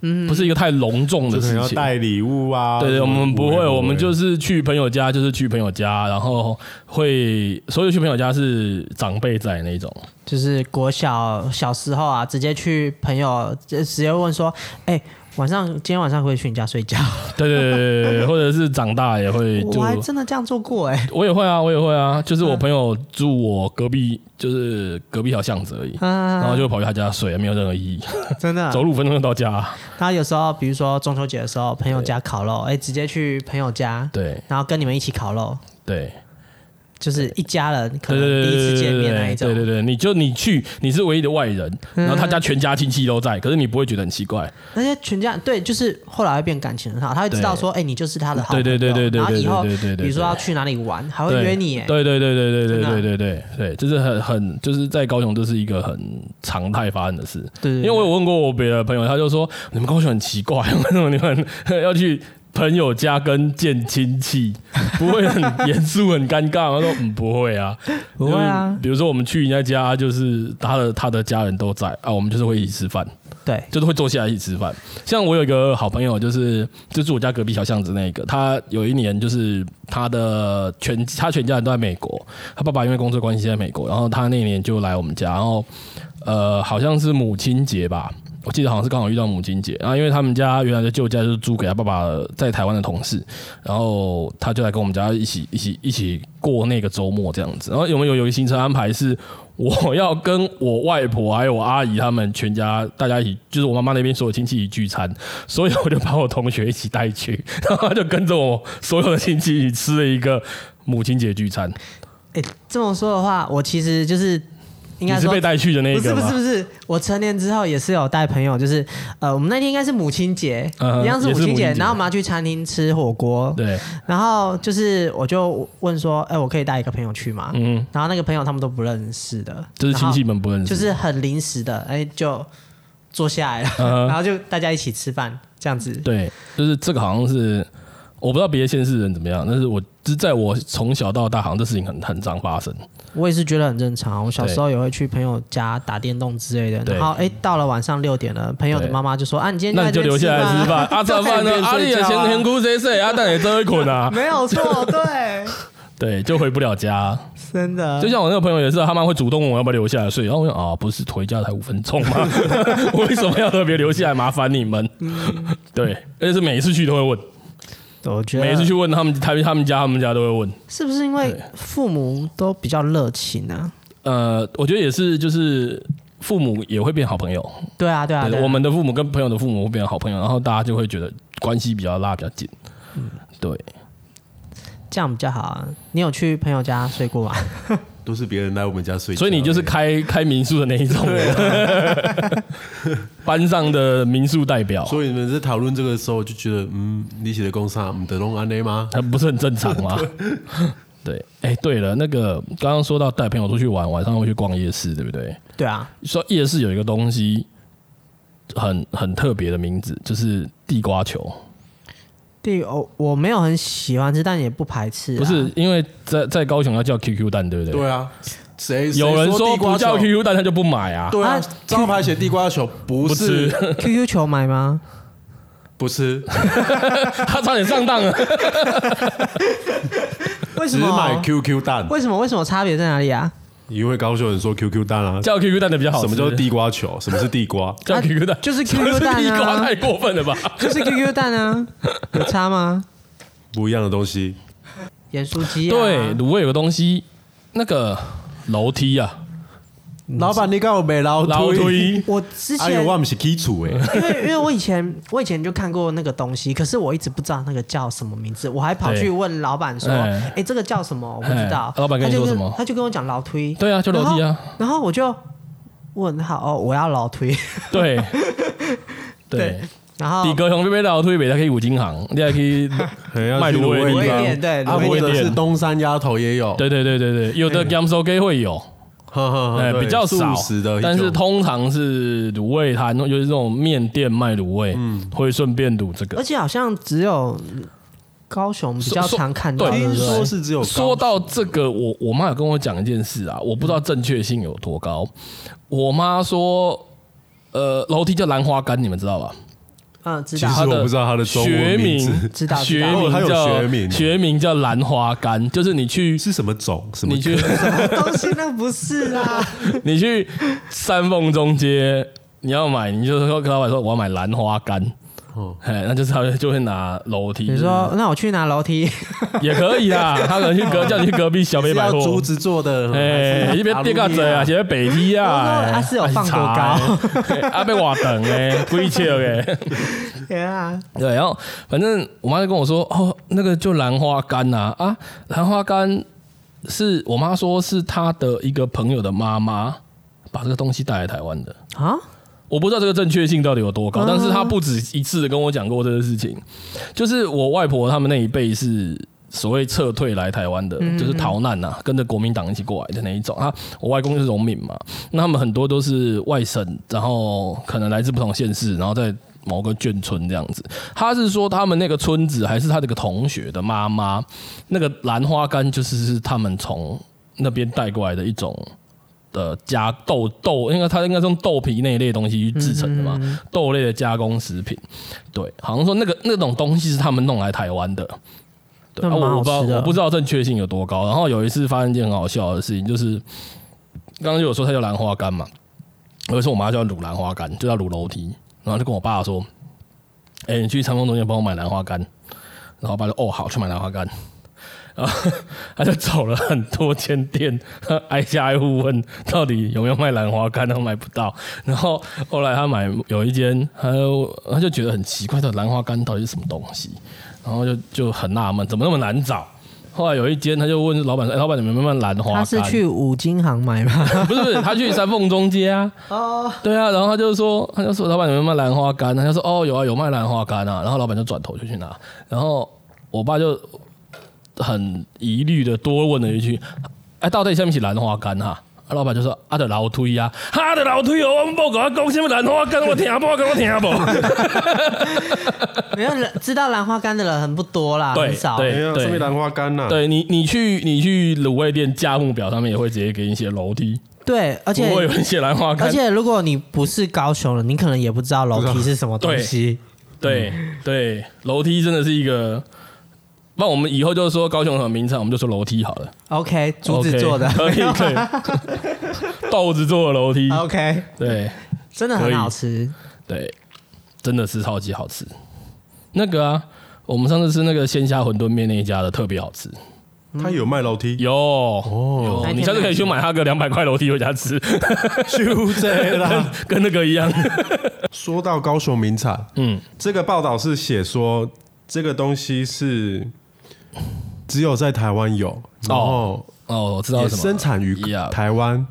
Speaker 1: 嗯，不是一个太隆重
Speaker 3: 就
Speaker 1: 的
Speaker 3: 可能
Speaker 1: 事
Speaker 3: 要
Speaker 1: 情。
Speaker 3: 带礼物啊。
Speaker 1: 对对，我们不会，我们就是是去朋友家，就是去朋友家，然后会所有去朋友家是长辈在那种，
Speaker 2: 就是国小小时候啊，直接去朋友就直接问说，哎、晚上今天晚上可不可以去你家睡觉？
Speaker 1: 对对对对对，或者是长大也会就
Speaker 2: 我还真的这样做过哎、
Speaker 1: 我也会啊，我也会啊，就是我朋友住我隔壁，就是隔壁条巷子而已，
Speaker 2: 啊
Speaker 1: 然后就跑去他家睡，没有任何意义，
Speaker 2: 真的
Speaker 1: 走。路五分钟就到家。
Speaker 2: 然后有时候，比如说中秋节的时候，朋友家烤肉，哎、直接去朋友家，
Speaker 1: 对
Speaker 2: 然后跟你们一起烤肉，
Speaker 1: 对
Speaker 2: 就是一家人可
Speaker 1: 对对
Speaker 2: 能嗯第
Speaker 1: 对
Speaker 2: 一次
Speaker 1: 对
Speaker 2: 见
Speaker 1: 对
Speaker 2: 面那
Speaker 1: 对
Speaker 2: 一种。嗯
Speaker 1: 对对，你就你去，你是唯一的外人，然后他家全家亲戚都在，可是你不会觉得很奇怪，
Speaker 2: 那些全家对，就是后来会变感情很好，他会知道说，哎、你就是他的好朋
Speaker 1: 对
Speaker 2: 友。
Speaker 1: 对对对对
Speaker 2: 然后
Speaker 1: 对
Speaker 2: 以
Speaker 1: 对
Speaker 2: 后，
Speaker 1: 对对对
Speaker 2: 比如说要去哪里玩，还会
Speaker 1: 对
Speaker 2: 约你。哎，
Speaker 1: 对对对对对
Speaker 2: 真的
Speaker 1: 对
Speaker 2: 啊
Speaker 1: 对对对对，这是很很就是在高雄这是一个很常态发生的事，
Speaker 2: 对
Speaker 1: 因
Speaker 2: 对
Speaker 1: 为我有问过我别的朋友，他就说你们高雄很奇怪，为什么你们要去朋友家跟见亲戚，不会很严肃、很尴尬吗？他说嗯，不会啊，
Speaker 2: 不会啊
Speaker 1: 就是比如说我们去人家家，就是他的他的家人都在啊，我们就是会一起吃饭，
Speaker 2: 对
Speaker 1: 就是会坐下来一起吃饭。像我有一个好朋友，就是就住我家隔壁小巷子那个，他有一年就是他的全他全家人都在美国，他爸爸因为工作关系在美国，然后他那年就来我们家，然后呃好像是母亲节吧，我记得好像是刚好遇到母亲节，然啊后因为他们家原来的旧家就是租给他爸爸在台湾的同事，然后他就来跟我们家一起一起一起过那个周末这样子。然后有没有有一个行程安排是我要跟我外婆还有我阿姨他们全家大家一起，就是我妈妈那边所有亲戚一起聚餐，所以我就把我同学一起带去， 然后他就跟着我所有的亲戚一起吃了一个母亲节聚餐。
Speaker 2: 哎、这么说的话，我其实就是应
Speaker 1: 你
Speaker 2: 该
Speaker 1: 是
Speaker 2: 说
Speaker 1: 被带去的那一
Speaker 2: 不
Speaker 1: 个
Speaker 2: 是
Speaker 1: 吗？
Speaker 2: 不是不是，我成年之后也是有带朋友，就是呃，我们那天应该是母亲节，
Speaker 1: 嗯
Speaker 2: 一样是
Speaker 1: 也
Speaker 2: 母
Speaker 1: 是母
Speaker 2: 亲节
Speaker 1: 亲，节
Speaker 2: 然后我们要去餐厅吃火锅，
Speaker 1: 对，
Speaker 2: 然后就是我就问说，哎、我可以带一个朋友去吗？
Speaker 1: 嗯，
Speaker 2: 然后那个朋友他们都不认识的，
Speaker 1: 就是亲戚
Speaker 2: 然后
Speaker 1: 们不认识，
Speaker 2: 就是很临时的，哎、就坐下来了，
Speaker 1: 嗯
Speaker 2: 然后就大家一起吃饭这样子。
Speaker 1: 对，就是这个好像是我不知道别的县市人怎么样，但是我就是在我从小到大，好像这事情很很常发生。
Speaker 2: 我也是觉得很正常，我小时候也会去朋友家打电动之类的，
Speaker 1: 对
Speaker 2: 然后哎、到了晚上六点了，朋友的
Speaker 1: 对
Speaker 2: 妈妈就说啊，你今天
Speaker 1: 那你就留下来吃饭，
Speaker 2: 啊，
Speaker 1: 啊， 吃饭呢，啊，你也
Speaker 2: 前
Speaker 1: 前前姑谁谁啊，但也真会捆 啊，
Speaker 2: 没有错，对，
Speaker 1: 对，就回不了家。
Speaker 2: 真的
Speaker 1: 就像我那个朋友也是啊，他妈会主动问我要不要留下来睡，然后我想啊，不是回家才五分钟吗？ 我为什么要特别留下来麻烦你们？ 对，而且是每一次去都会问，
Speaker 2: 我觉
Speaker 1: 每一次
Speaker 2: 得
Speaker 1: 去问他们，他们他们家他们家都会问。
Speaker 2: 是不是因为父母都比较热情啊呢、
Speaker 1: 呃，我觉得也是，就是父母也会变好朋友。
Speaker 2: 啊？对啊，对啊，
Speaker 1: 对
Speaker 2: 对啊
Speaker 1: 我们的父母跟朋友的父母会变成好朋友，然后大家就会觉得关系比较拉比较近。对，
Speaker 2: 这样比较好啊。你有去朋友家睡 过吗？
Speaker 5: 都是别人来我们家睡觉，
Speaker 1: 所以你就是开开民宿的那一种，班上的民宿代表，
Speaker 5: 所以你们在讨论这个的时候，就觉得嗯，你写的工商唔得弄安内吗？
Speaker 1: 那不是很正常 吗？对，哎、对了，那个刚刚说到带朋友出去玩，晚上会去逛夜市，对不对？
Speaker 2: 对啊，
Speaker 1: 说夜市有一个东西很很特别的名字，就是地瓜球。
Speaker 2: 第我我没有很喜欢吃，但也不排斥、啊。
Speaker 1: 不是因为在在高雄要叫 QQ 蛋，对不对？
Speaker 5: 对啊，谁
Speaker 1: 有人
Speaker 5: 谁
Speaker 1: 说
Speaker 5: 地瓜
Speaker 1: 不叫
Speaker 5: 球
Speaker 1: QQ 蛋，他就不买啊。
Speaker 5: 对啊
Speaker 2: 啊，
Speaker 5: 招牌写地瓜球不
Speaker 1: 不吃
Speaker 5: 是
Speaker 2: QQ 球买 吗？
Speaker 5: 不 吃，
Speaker 1: 他差点上当了。
Speaker 2: 为什
Speaker 5: 只买
Speaker 2: 么？
Speaker 5: QQ 蛋，
Speaker 2: 为什么？为什么差别在哪里啊？
Speaker 5: 因为高雄人说 QQ 蛋啊，
Speaker 1: 叫 QQ 蛋的比较好吃。
Speaker 5: 什么叫地瓜球？什么是地瓜？
Speaker 1: 叫 QQ 蛋？
Speaker 2: 就是
Speaker 1: 什么
Speaker 2: QQ 蛋啊
Speaker 1: 地瓜太过分了吧？
Speaker 2: 就是 QQ 蛋 啊，有差吗？
Speaker 5: 不一样的东西。
Speaker 2: 盐酥鸡、啊、
Speaker 1: 对，卤味有个东西，那个楼梯啊，
Speaker 5: 老板，你刚有没
Speaker 3: 哦
Speaker 5: 老
Speaker 1: 楼梯。
Speaker 2: 我之前
Speaker 5: 哎呦，我们是基础哎，
Speaker 2: 因为因为我以前我以前就看过那个东西，可是我一直不知道那个叫什么名字，我还跑去问老板说：“
Speaker 1: 哎
Speaker 2: 哎、这个叫什么？”我不知道。
Speaker 1: 哎老板跟你
Speaker 2: 他就
Speaker 1: 说什么
Speaker 2: 他就跟我讲老推。
Speaker 1: 对啊就老推啊
Speaker 2: 然后。然后我就问他：“哦，我要老推。
Speaker 1: 对对，
Speaker 2: 然后
Speaker 1: 李哥雄这边老推北，他可以五金行，你还可 以。 卖
Speaker 5: 去
Speaker 1: 卤味
Speaker 5: 地
Speaker 2: 卤味
Speaker 5: 方
Speaker 2: 店对
Speaker 5: 啊，
Speaker 2: 卤
Speaker 5: 或
Speaker 1: 味
Speaker 5: 者
Speaker 1: 店
Speaker 5: 是东山鸭头也有，
Speaker 1: 对对对对对，有的 gam so gay 会有，
Speaker 5: 呵呵
Speaker 1: 哎，
Speaker 5: 呵，
Speaker 1: 比较少
Speaker 5: 素食的，，
Speaker 1: 但是通常是卤味摊，尤其是这种面店卖卤味，会顺便卤这
Speaker 2: 而
Speaker 1: 个。
Speaker 2: 且好像只有高雄比较
Speaker 1: 说
Speaker 2: 常看到，
Speaker 1: 对
Speaker 2: 对不
Speaker 5: 听
Speaker 2: 对
Speaker 5: 说是只有高
Speaker 1: 说到这个，我我妈有跟我讲一件事啊，我不知道正确性有多高。我妈说，呃，楼梯叫兰花干，你们知道吧？
Speaker 2: 嗯，知
Speaker 5: 其
Speaker 2: 道。
Speaker 5: 实我不知道它的中
Speaker 1: 学
Speaker 5: 文名
Speaker 1: 名
Speaker 5: 字
Speaker 2: 知道知
Speaker 1: 学
Speaker 2: 道
Speaker 1: 名
Speaker 5: 哦它有
Speaker 1: 叫
Speaker 5: 学名
Speaker 1: 学名叫兰花干，就是你去
Speaker 5: 是什么种，什么
Speaker 1: 你去
Speaker 2: 东西那不是啊啦，
Speaker 1: 你去三凤中街，你要买，你就说跟老板说我要买兰花干，哦
Speaker 5: 哦，
Speaker 1: 哎，那就是他就会拿楼梯，
Speaker 2: 你说那我去拿 楼梯，
Speaker 1: 也可以啦，他可能去隔叫你去隔壁小北
Speaker 5: 是
Speaker 1: 百
Speaker 5: 要
Speaker 1: 货，
Speaker 5: 竹子做的，还
Speaker 1: 哎，
Speaker 5: 是
Speaker 1: 一边
Speaker 5: 阿鲁
Speaker 1: 跌
Speaker 5: 米
Speaker 1: 个嘴啊，写北梯啊，
Speaker 2: 我说啊是有放多 高
Speaker 1: 高，啊被瓦等哎，跪切哎，
Speaker 2: 对啊，
Speaker 1: 对，然后反正我妈就跟我说，哦，那个就兰花干呐、啊，啊，兰花干是我妈说是她的一个朋友的妈妈把这个东西带来台湾的，
Speaker 2: 啊，
Speaker 1: 我不知道这个正确性到底有多高，但是她不止一次的跟我讲过这个事情，就是我外婆他们那一辈是。所谓撤退来台湾的，就是逃难呐、跟着国民党一起过来的那一种。啊，我外公是农民嘛，那他们很多都是外省，然后可能来自不同县市，然后在某个眷村这样子。他是说他们那个村子，还是他这个同学的妈妈，那个兰花干就是是他们从那边带过来的一种。的加豆豆，应该它应该是用豆皮那一类东西去制成的
Speaker 2: 嗯
Speaker 1: 嘛，豆类的加工食品。对，好像说那个那种东西是他们弄来台湾的。对，
Speaker 2: 那
Speaker 1: 啊
Speaker 2: 蛮
Speaker 1: 我
Speaker 2: 好
Speaker 1: 不知道
Speaker 2: 吃的
Speaker 1: 我不知道正确性有多高。然后有一次发生一件很好笑的事情，就是刚刚就有说它叫兰花干嘛，有一次我妈叫卤兰花干，就要卤楼梯，然后就跟我爸说：“哎、你去长风中间帮我买兰花干。”然后我爸就哦好，去买兰花干。 然后他就走了很多间店，他挨家挨户问到底有没有卖兰花干，他买不到。然后后来他买有一间，他就他就觉得很奇怪，这兰花干到底是什么东西？然后就就很纳闷，怎么那么难找？后来有一间，他就问老板说：“哎，老板，你们有没有卖兰花干？”
Speaker 2: 他是去五金行买吗？
Speaker 1: 不是不是，他去三凤中街啊。哦，对啊，然后他就说，他就说老板有没有卖兰花干？他就说哦有啊有卖兰花干啊。然后老板就转头就去拿，然后我爸就很疑虑的多问了一句：“哎，到底下面是兰花干哈、啊？”老板就说：“啊，的老推啊，啊的老推哦，我们不跟讲什么兰花干，我听不，我听不。
Speaker 2: 没有人知道兰花干的人很不多啦，
Speaker 1: 对
Speaker 2: 很少。
Speaker 1: 对
Speaker 3: 哎呀，
Speaker 1: 对
Speaker 3: 上面兰花干啊呐，
Speaker 1: 对你，你去你去卤味店价目表上面也会直接给你写楼梯，
Speaker 2: 对，
Speaker 1: 不
Speaker 2: 而
Speaker 1: 会
Speaker 2: 且
Speaker 1: 有人写兰花干。
Speaker 2: 而且如果你不是高雄人，你可能也不知道楼梯是什么东西。
Speaker 1: 对对，楼梯真的是一个。那我们以后就说高雄很名产，我们就说楼梯好了。
Speaker 2: OK，竹子
Speaker 1: OK，
Speaker 2: 做的。
Speaker 1: 可以可以，豆子做的楼梯，
Speaker 2: OK，
Speaker 1: 对
Speaker 2: 真的
Speaker 1: 可
Speaker 2: 很
Speaker 1: 以
Speaker 2: 好吃。
Speaker 1: 对，真的是超级好吃。那个啊，我们上次吃那个鲜虾馄饨面那一家的特别好吃，
Speaker 3: 他有卖楼梯，
Speaker 1: 有哦
Speaker 2: 那
Speaker 1: 你
Speaker 2: 天
Speaker 1: 下次
Speaker 2: 没
Speaker 1: 可以去
Speaker 2: 吃
Speaker 1: 买他个两百块楼梯回家吃，
Speaker 3: 就这啦。
Speaker 1: 跟那个一样。
Speaker 3: 说到高雄名产，
Speaker 1: 嗯
Speaker 3: 嗯，这个报道是写说这个东西是只有在台湾有，然后
Speaker 1: 哦，我知道
Speaker 3: 也
Speaker 1: 什么
Speaker 3: 生产于
Speaker 1: Yeah
Speaker 3: 台湾，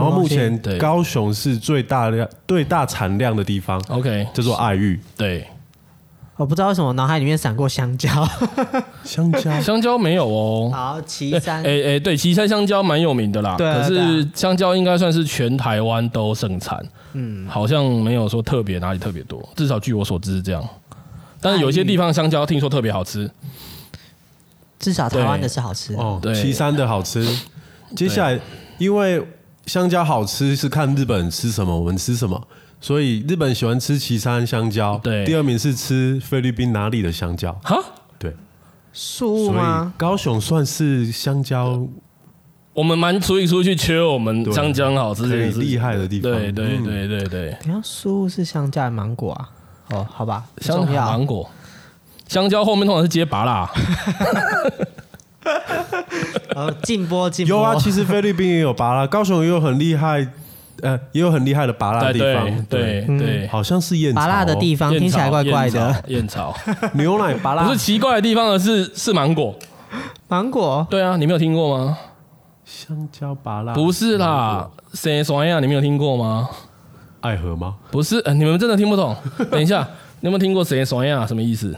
Speaker 2: 什
Speaker 3: 后
Speaker 2: 么
Speaker 3: 目
Speaker 2: 东西
Speaker 3: 前
Speaker 1: 对
Speaker 3: 高雄是最大量、最大产量的地方，
Speaker 1: OK，
Speaker 3: 叫做爱玉
Speaker 1: 对，
Speaker 2: 我不知道为什么脑海里面闪过香蕉。
Speaker 3: 香蕉。
Speaker 1: 香蕉没有哦。
Speaker 2: 好，岐山
Speaker 1: 哎、哎、对，岐山香蕉蛮有名的啦。
Speaker 2: 对啊
Speaker 1: 可
Speaker 2: 对
Speaker 1: 是
Speaker 2: 啊
Speaker 1: 香蕉应该算是全台湾都盛产，嗯，好像没有说特别哪里特别多，至少据我所知是这样。但是有些地方香蕉听说特别好吃，
Speaker 2: 至少台湾
Speaker 1: 对
Speaker 2: 的是好吃的。
Speaker 3: 哦
Speaker 1: 对，
Speaker 3: 岐山的好吃。接下来，因为香蕉好吃是看日本人吃什么，我们吃什么，所以日本喜欢吃岐山香蕉。
Speaker 1: 对
Speaker 3: 第二名是吃菲律宾哪里的香蕉？
Speaker 1: 哈，
Speaker 3: 对，
Speaker 2: 树
Speaker 3: 所以
Speaker 2: 吗？
Speaker 3: 高雄算是香蕉
Speaker 1: 我们蛮出一出去缺我们
Speaker 3: 对
Speaker 1: 香蕉好吃
Speaker 3: 可
Speaker 1: 这
Speaker 3: 以
Speaker 1: 件事情
Speaker 3: 厉害的地方。
Speaker 1: 对对
Speaker 3: 嗯，
Speaker 1: 对对对，
Speaker 2: 你看树是香蕉还是芒果啊？哦，好吧，不
Speaker 1: 香
Speaker 2: 重
Speaker 1: 蕉、
Speaker 2: 要
Speaker 1: 芒。果、香蕉后面通常是接拔啦，
Speaker 2: 呃，禁播禁播。
Speaker 3: 有啊，其实菲律宾也有拔拉，高雄也有很厉害，呃，也有很厉害的拔拉
Speaker 1: 对
Speaker 3: 地
Speaker 1: 对
Speaker 3: 方。
Speaker 1: 对对，
Speaker 3: 好像是燕巢哦
Speaker 2: 拔辣的地方
Speaker 1: 燕
Speaker 2: 嗯听起来
Speaker 1: 巢
Speaker 2: 怪怪的。，
Speaker 1: 燕巢燕巢
Speaker 3: 牛奶拔 拉
Speaker 1: 不是奇怪的地方，而是是芒果。
Speaker 2: 芒果
Speaker 1: 对啊，你没有听过吗？
Speaker 3: 香蕉拔
Speaker 2: 啊
Speaker 3: 拉
Speaker 1: 不是啦，谁爽呀？你没有听过吗？
Speaker 3: 爱河吗？
Speaker 1: 不是，呃你们真的听不 懂。等一下，你有没有听过谁爽呀？什么意思？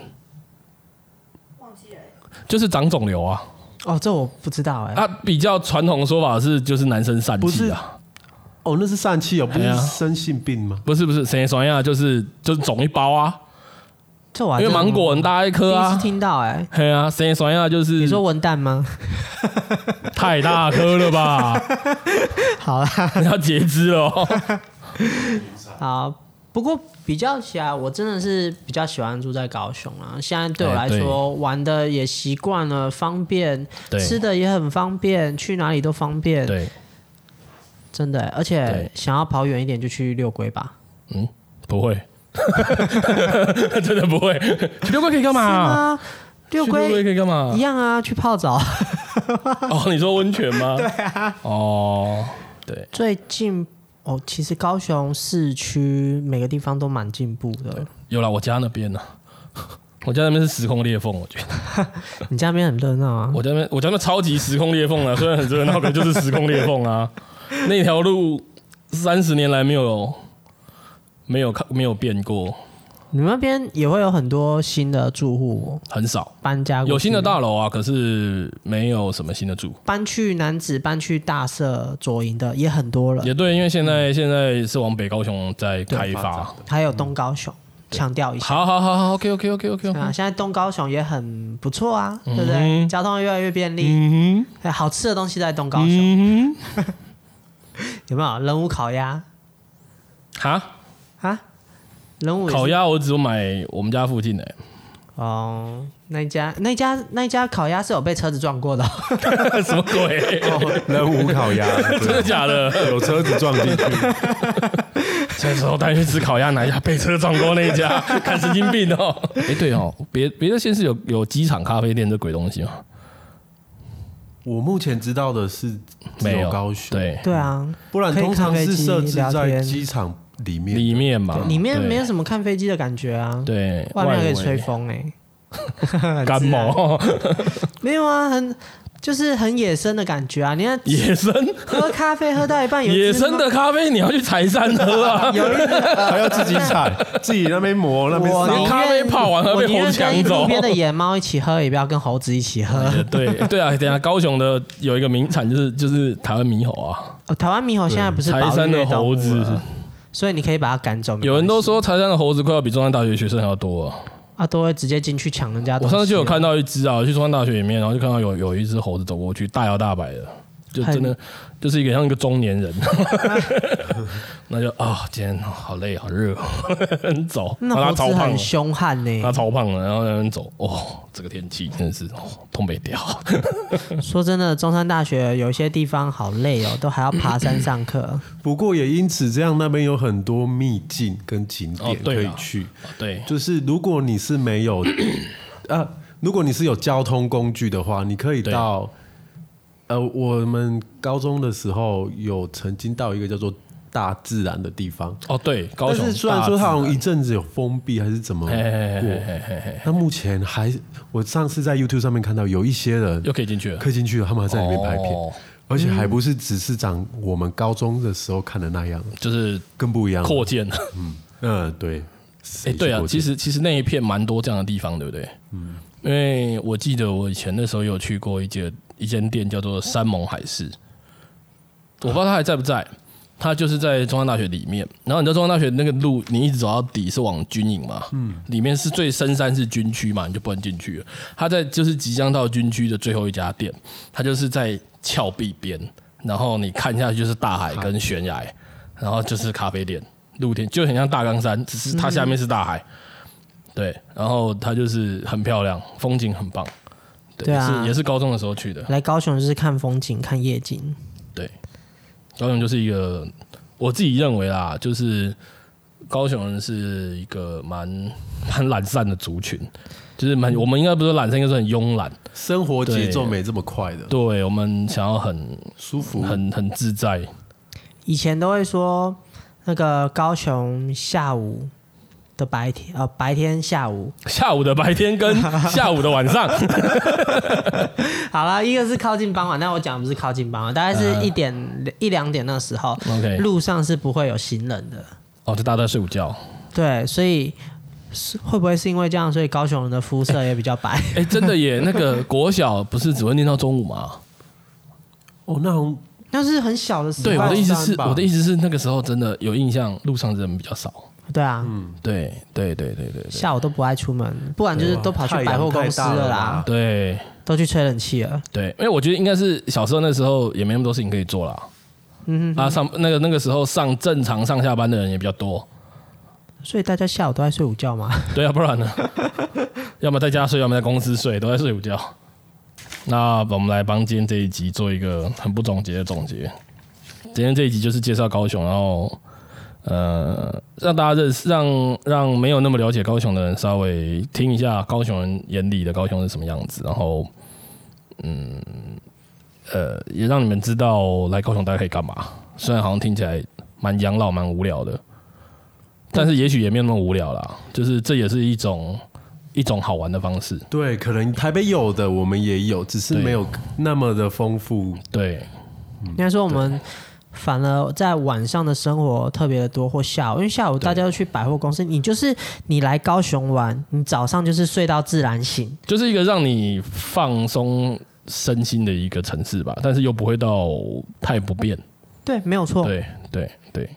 Speaker 1: 就是长肿瘤啊
Speaker 2: 哦，这我不知道哎。
Speaker 1: 啊！比较传统的说法是，就是男生疝
Speaker 3: 不
Speaker 1: 气
Speaker 3: 是
Speaker 1: 啊，
Speaker 3: 哦，那是疝气哦，不
Speaker 1: 哎
Speaker 3: 是
Speaker 1: 呀
Speaker 3: 生性病吗？
Speaker 1: 不是不是，谁爽呀？啊就是就是肿一包啊，
Speaker 2: 啊这我还
Speaker 1: 因为
Speaker 2: 真的
Speaker 1: 芒果很大一
Speaker 2: 第
Speaker 1: 颗
Speaker 2: 一
Speaker 1: 啊
Speaker 2: 次。听到哎。
Speaker 1: 嘿啊，谁爽呀？就是
Speaker 2: 你说文旦吗？
Speaker 1: 太大颗了 吧，嗯
Speaker 2: 好啦，
Speaker 1: 要截肢了哦。
Speaker 2: 好。不过比较起来，我真的是比较喜欢住在高雄啊。现在对我
Speaker 1: 哎
Speaker 2: 来
Speaker 1: 对
Speaker 2: 说，玩的也习惯了，方便，
Speaker 1: 对
Speaker 2: 吃的也很方便，去哪里都方便。
Speaker 1: 对，
Speaker 2: 真的欸，而且
Speaker 1: 对
Speaker 2: 想要跑远一点就去六龟吧。
Speaker 1: 嗯不 会， 真的不会。 去六龟可以干嘛？
Speaker 2: 啊，六
Speaker 1: 去六龟
Speaker 2: 龟
Speaker 1: 可以干嘛
Speaker 2: 一？样啊，去泡澡。
Speaker 1: 哦，你说温泉吗？ 对啊。哦，对，
Speaker 2: 最近哦，其实高雄市区每个地方都蛮进步的。
Speaker 1: 有啦，我家那边呢、啊 我家那边是时空裂缝，我觉得
Speaker 2: 你家那边很热闹啊，
Speaker 1: 我家那边我家那边超级时空裂缝啊，虽然很热闹，可就是时空裂缝啊。 那条路三十年来没有没有看没有变过，
Speaker 2: 你们那边也会有很多新的住户哦
Speaker 1: 很少
Speaker 2: 搬家过去，
Speaker 1: 有新的大楼啊，可是没有什么新的住。
Speaker 2: 搬去南子、搬去大社、左营的也很多了，
Speaker 1: 也对，因为现在现在是往北高雄在开发。
Speaker 2: 还有东高雄，强调一
Speaker 1: 嗯
Speaker 2: 下。
Speaker 1: 好好好好，OK OK OK OK
Speaker 2: 对啊，。现在东高雄也很不错啊，对不
Speaker 1: 嗯
Speaker 2: 对？
Speaker 1: 哼
Speaker 2: 交通越来越便利，
Speaker 1: 嗯
Speaker 2: 哎好吃的东西在东高
Speaker 1: 哼，
Speaker 2: 雄，
Speaker 1: 嗯哼，
Speaker 2: 有没有？人武烤鸭
Speaker 1: 哈，
Speaker 2: 啊？人武也是
Speaker 1: 烤鸭我只有买我们家附近的、
Speaker 2: 哦，那一家那一家那一家烤鸭是有被车子 撞过的哦、
Speaker 1: 什么鬼？
Speaker 3: 人哦无烤 鸭，
Speaker 1: 真的假的？
Speaker 3: 有车子撞进去，
Speaker 1: 那时候带去吃烤鸭，哪一家被车撞过那一 家？看神经病哦！哎、对哦，别别的县市有有机场咖啡店这鬼东西吗？
Speaker 3: 我目前知道的是只
Speaker 1: 没
Speaker 3: 有
Speaker 1: 有，
Speaker 3: 高雄，，
Speaker 1: 对，
Speaker 2: 对啊，
Speaker 3: 不然通常是设置
Speaker 2: 可以
Speaker 3: 在
Speaker 2: 看飞机聊天
Speaker 3: 机场里面。
Speaker 1: 里面嘛，
Speaker 2: 里面没有
Speaker 1: 么，
Speaker 2: 什么看飞机的感觉啊，
Speaker 1: 对，
Speaker 2: 外面还可
Speaker 1: 围
Speaker 2: 以吹风哎、 很
Speaker 1: 干
Speaker 2: 自然
Speaker 1: 毛，
Speaker 2: 没有啊，很就是很野生的感觉啊。你看
Speaker 1: 野生
Speaker 2: 喝咖啡喝到一半有一只
Speaker 1: 野生的咖啡，你要去柴山喝 啊！
Speaker 2: 有一只
Speaker 3: 还要自己采， 自己那边磨那边
Speaker 2: 我宁
Speaker 3: 烧
Speaker 2: 愿，
Speaker 1: 咖啡泡完了
Speaker 2: 我
Speaker 1: 被
Speaker 2: 宁
Speaker 1: 猴
Speaker 2: 愿跟
Speaker 1: 抢走
Speaker 2: 路。边的野猫一起喝，也不要跟猴子一 起喝。
Speaker 1: 对对啊，等一下高雄的有一个名产就是就是台湾猕猴啊，
Speaker 2: 哦台湾猕猴现在不是
Speaker 1: 柴
Speaker 2: 保
Speaker 1: 山
Speaker 2: 育
Speaker 1: 的
Speaker 2: 类动
Speaker 1: 猴
Speaker 2: 物
Speaker 1: 子，
Speaker 2: 了所以你可以把它赶走。没关系
Speaker 1: 有人都说柴山的猴子快要比中山大学学生还要多、啊。
Speaker 2: 啊，都会直接进去抢人家东
Speaker 1: 我
Speaker 2: 西啊。
Speaker 1: 上次就有看到一只啊，我去中山大学里面，然后就看到有有一只猴子走过去，大摇大摆的，就真的就是一个像一个中年 人， 那就啊、今天好累好热， 很走，然后
Speaker 2: 那
Speaker 1: 他
Speaker 2: 猴
Speaker 1: 超
Speaker 2: 子
Speaker 1: 胖
Speaker 2: 很
Speaker 1: 的，
Speaker 2: 凶悍呢、
Speaker 1: 他超胖的，然后在那边走，哦，这个天气真的是哦，痛北 掉，
Speaker 2: 说真的，中山大学有一些地方好累哦，都还要爬山上 课。
Speaker 3: 不过也因此这样，那边有很多秘境跟景
Speaker 1: 哦
Speaker 3: 点可
Speaker 1: 对
Speaker 3: 以
Speaker 1: 啦
Speaker 3: 去。
Speaker 1: 对，
Speaker 3: 就是如果你是 没有啊，如果你是有交通工具的话，你可以
Speaker 1: 对
Speaker 3: 到呃，我们高中的时候有曾经到一个叫做大自然的地方，
Speaker 1: 哦对，高
Speaker 3: 但
Speaker 1: 雄
Speaker 3: 是虽然说它
Speaker 1: 大自
Speaker 3: 好像一阵子有封闭还是怎么
Speaker 1: 嘿嘿嘿嘿
Speaker 3: 过，那目前还我上次在 YouTube 上面看到有一些人
Speaker 1: 又可以进去了，
Speaker 3: 可以进去了，他们还在里面拍片。
Speaker 1: 哦
Speaker 3: 而且还不是只是长我们高中的时候看的那样，
Speaker 1: 就是
Speaker 3: 更不一样了。
Speaker 1: 扩建了。
Speaker 3: 嗯，对，
Speaker 1: 哎、
Speaker 3: 谁去
Speaker 1: 对啊
Speaker 3: 扩，建
Speaker 1: 其实其实那一片蛮多这样的地方，对不对？嗯，因为我记得我以前那时候有去过一间一间店叫做山盟海誓，我不知道它还在不在。它就是在中山大学里面，然后你知道中山大学那个路，你一直走到底是往军营嘛，嗯，里面是最深山是军区嘛，你就不能进去了。它在就是即将到军区的最后一家店，它就是在峭壁边，然后你看下去就是大海跟悬崖，然后就是咖啡店，露天就很像大冈山，只是它下面是大海。对，然后它就是很漂亮，风景很棒。对，
Speaker 2: 对啊
Speaker 1: 也是也是高中的时候去的。
Speaker 2: 来高雄就是看风景、看夜景，
Speaker 1: 对，高雄就是一个我自己认为啦，就是高雄人是一个蛮蛮懒散的族群，就是蛮我们应该不是懒散，应该是很慵懒。
Speaker 3: 生活节奏没这么快的，
Speaker 1: 对我们想要很
Speaker 3: 舒服
Speaker 1: 很很自在。
Speaker 2: 以前都会说那个高雄下午的白天，呃，白天下午。
Speaker 1: 下午的白天跟下午的晚上，
Speaker 2: 好了，一个是靠近傍晚，但我讲的不是靠近傍晚，大概是一点、一两点那时候
Speaker 1: 呃 OK
Speaker 2: 路上是不会有行人的。
Speaker 1: 哦，就大家都在睡午觉。
Speaker 2: 对，所以是会不会是因为这样，所以高雄人的肤色也比较白？
Speaker 1: 哎、真的耶！那个国小不是只会念到中午吗？
Speaker 3: 哦，那种
Speaker 2: 那是很小的时候。
Speaker 1: 对，我的意思是，
Speaker 3: 上吧
Speaker 1: 我的意思是，那个时候真的有印象，路上人比较少。
Speaker 2: 对啊，
Speaker 1: 对，对，对，对，对，嗯对，啊
Speaker 2: 下午都不爱出门，不然就是都跑去
Speaker 3: 太阳
Speaker 2: 百货公司
Speaker 3: 太大了
Speaker 2: 啦
Speaker 3: 吧，
Speaker 1: 对，
Speaker 2: 都去吹冷气了。
Speaker 1: 对，因为我觉得应该是小时候那时候也没那么多事情可以做啦。嗯啊，上那个那个时候上正常上下班的人也比较多，
Speaker 2: 所以大家下午都在睡午觉吗？
Speaker 1: 对啊，不然呢？要么在家睡，要么在公司睡，都在睡午觉。那我们来帮今天这一集做一个很不总结的总结。今天这一集就是介绍高雄，然后呃，让大家认识，让让没有那么了解高雄的人稍微听一下高雄人眼里的高雄是什么样子，然后嗯呃，也让你们知道来高雄大家可以干嘛。虽然好像听起来蛮养老、蛮无聊的，但是也许也没有那么无聊啦，就是这也是一种一种好玩的方式。
Speaker 3: 对，可能台北有的我们也有，只是
Speaker 1: 对
Speaker 3: 没有那么的丰富。
Speaker 1: 对，
Speaker 2: 应该说我们反而在晚上的生活特别的多，或下午，因为下午大家都去百货公司，你就是你来高雄玩，你早上就是睡到自然醒，
Speaker 1: 就是一个让你放松身心的一个城市吧，但是又不会到太不便。
Speaker 2: 对，没有错。
Speaker 1: 对对对，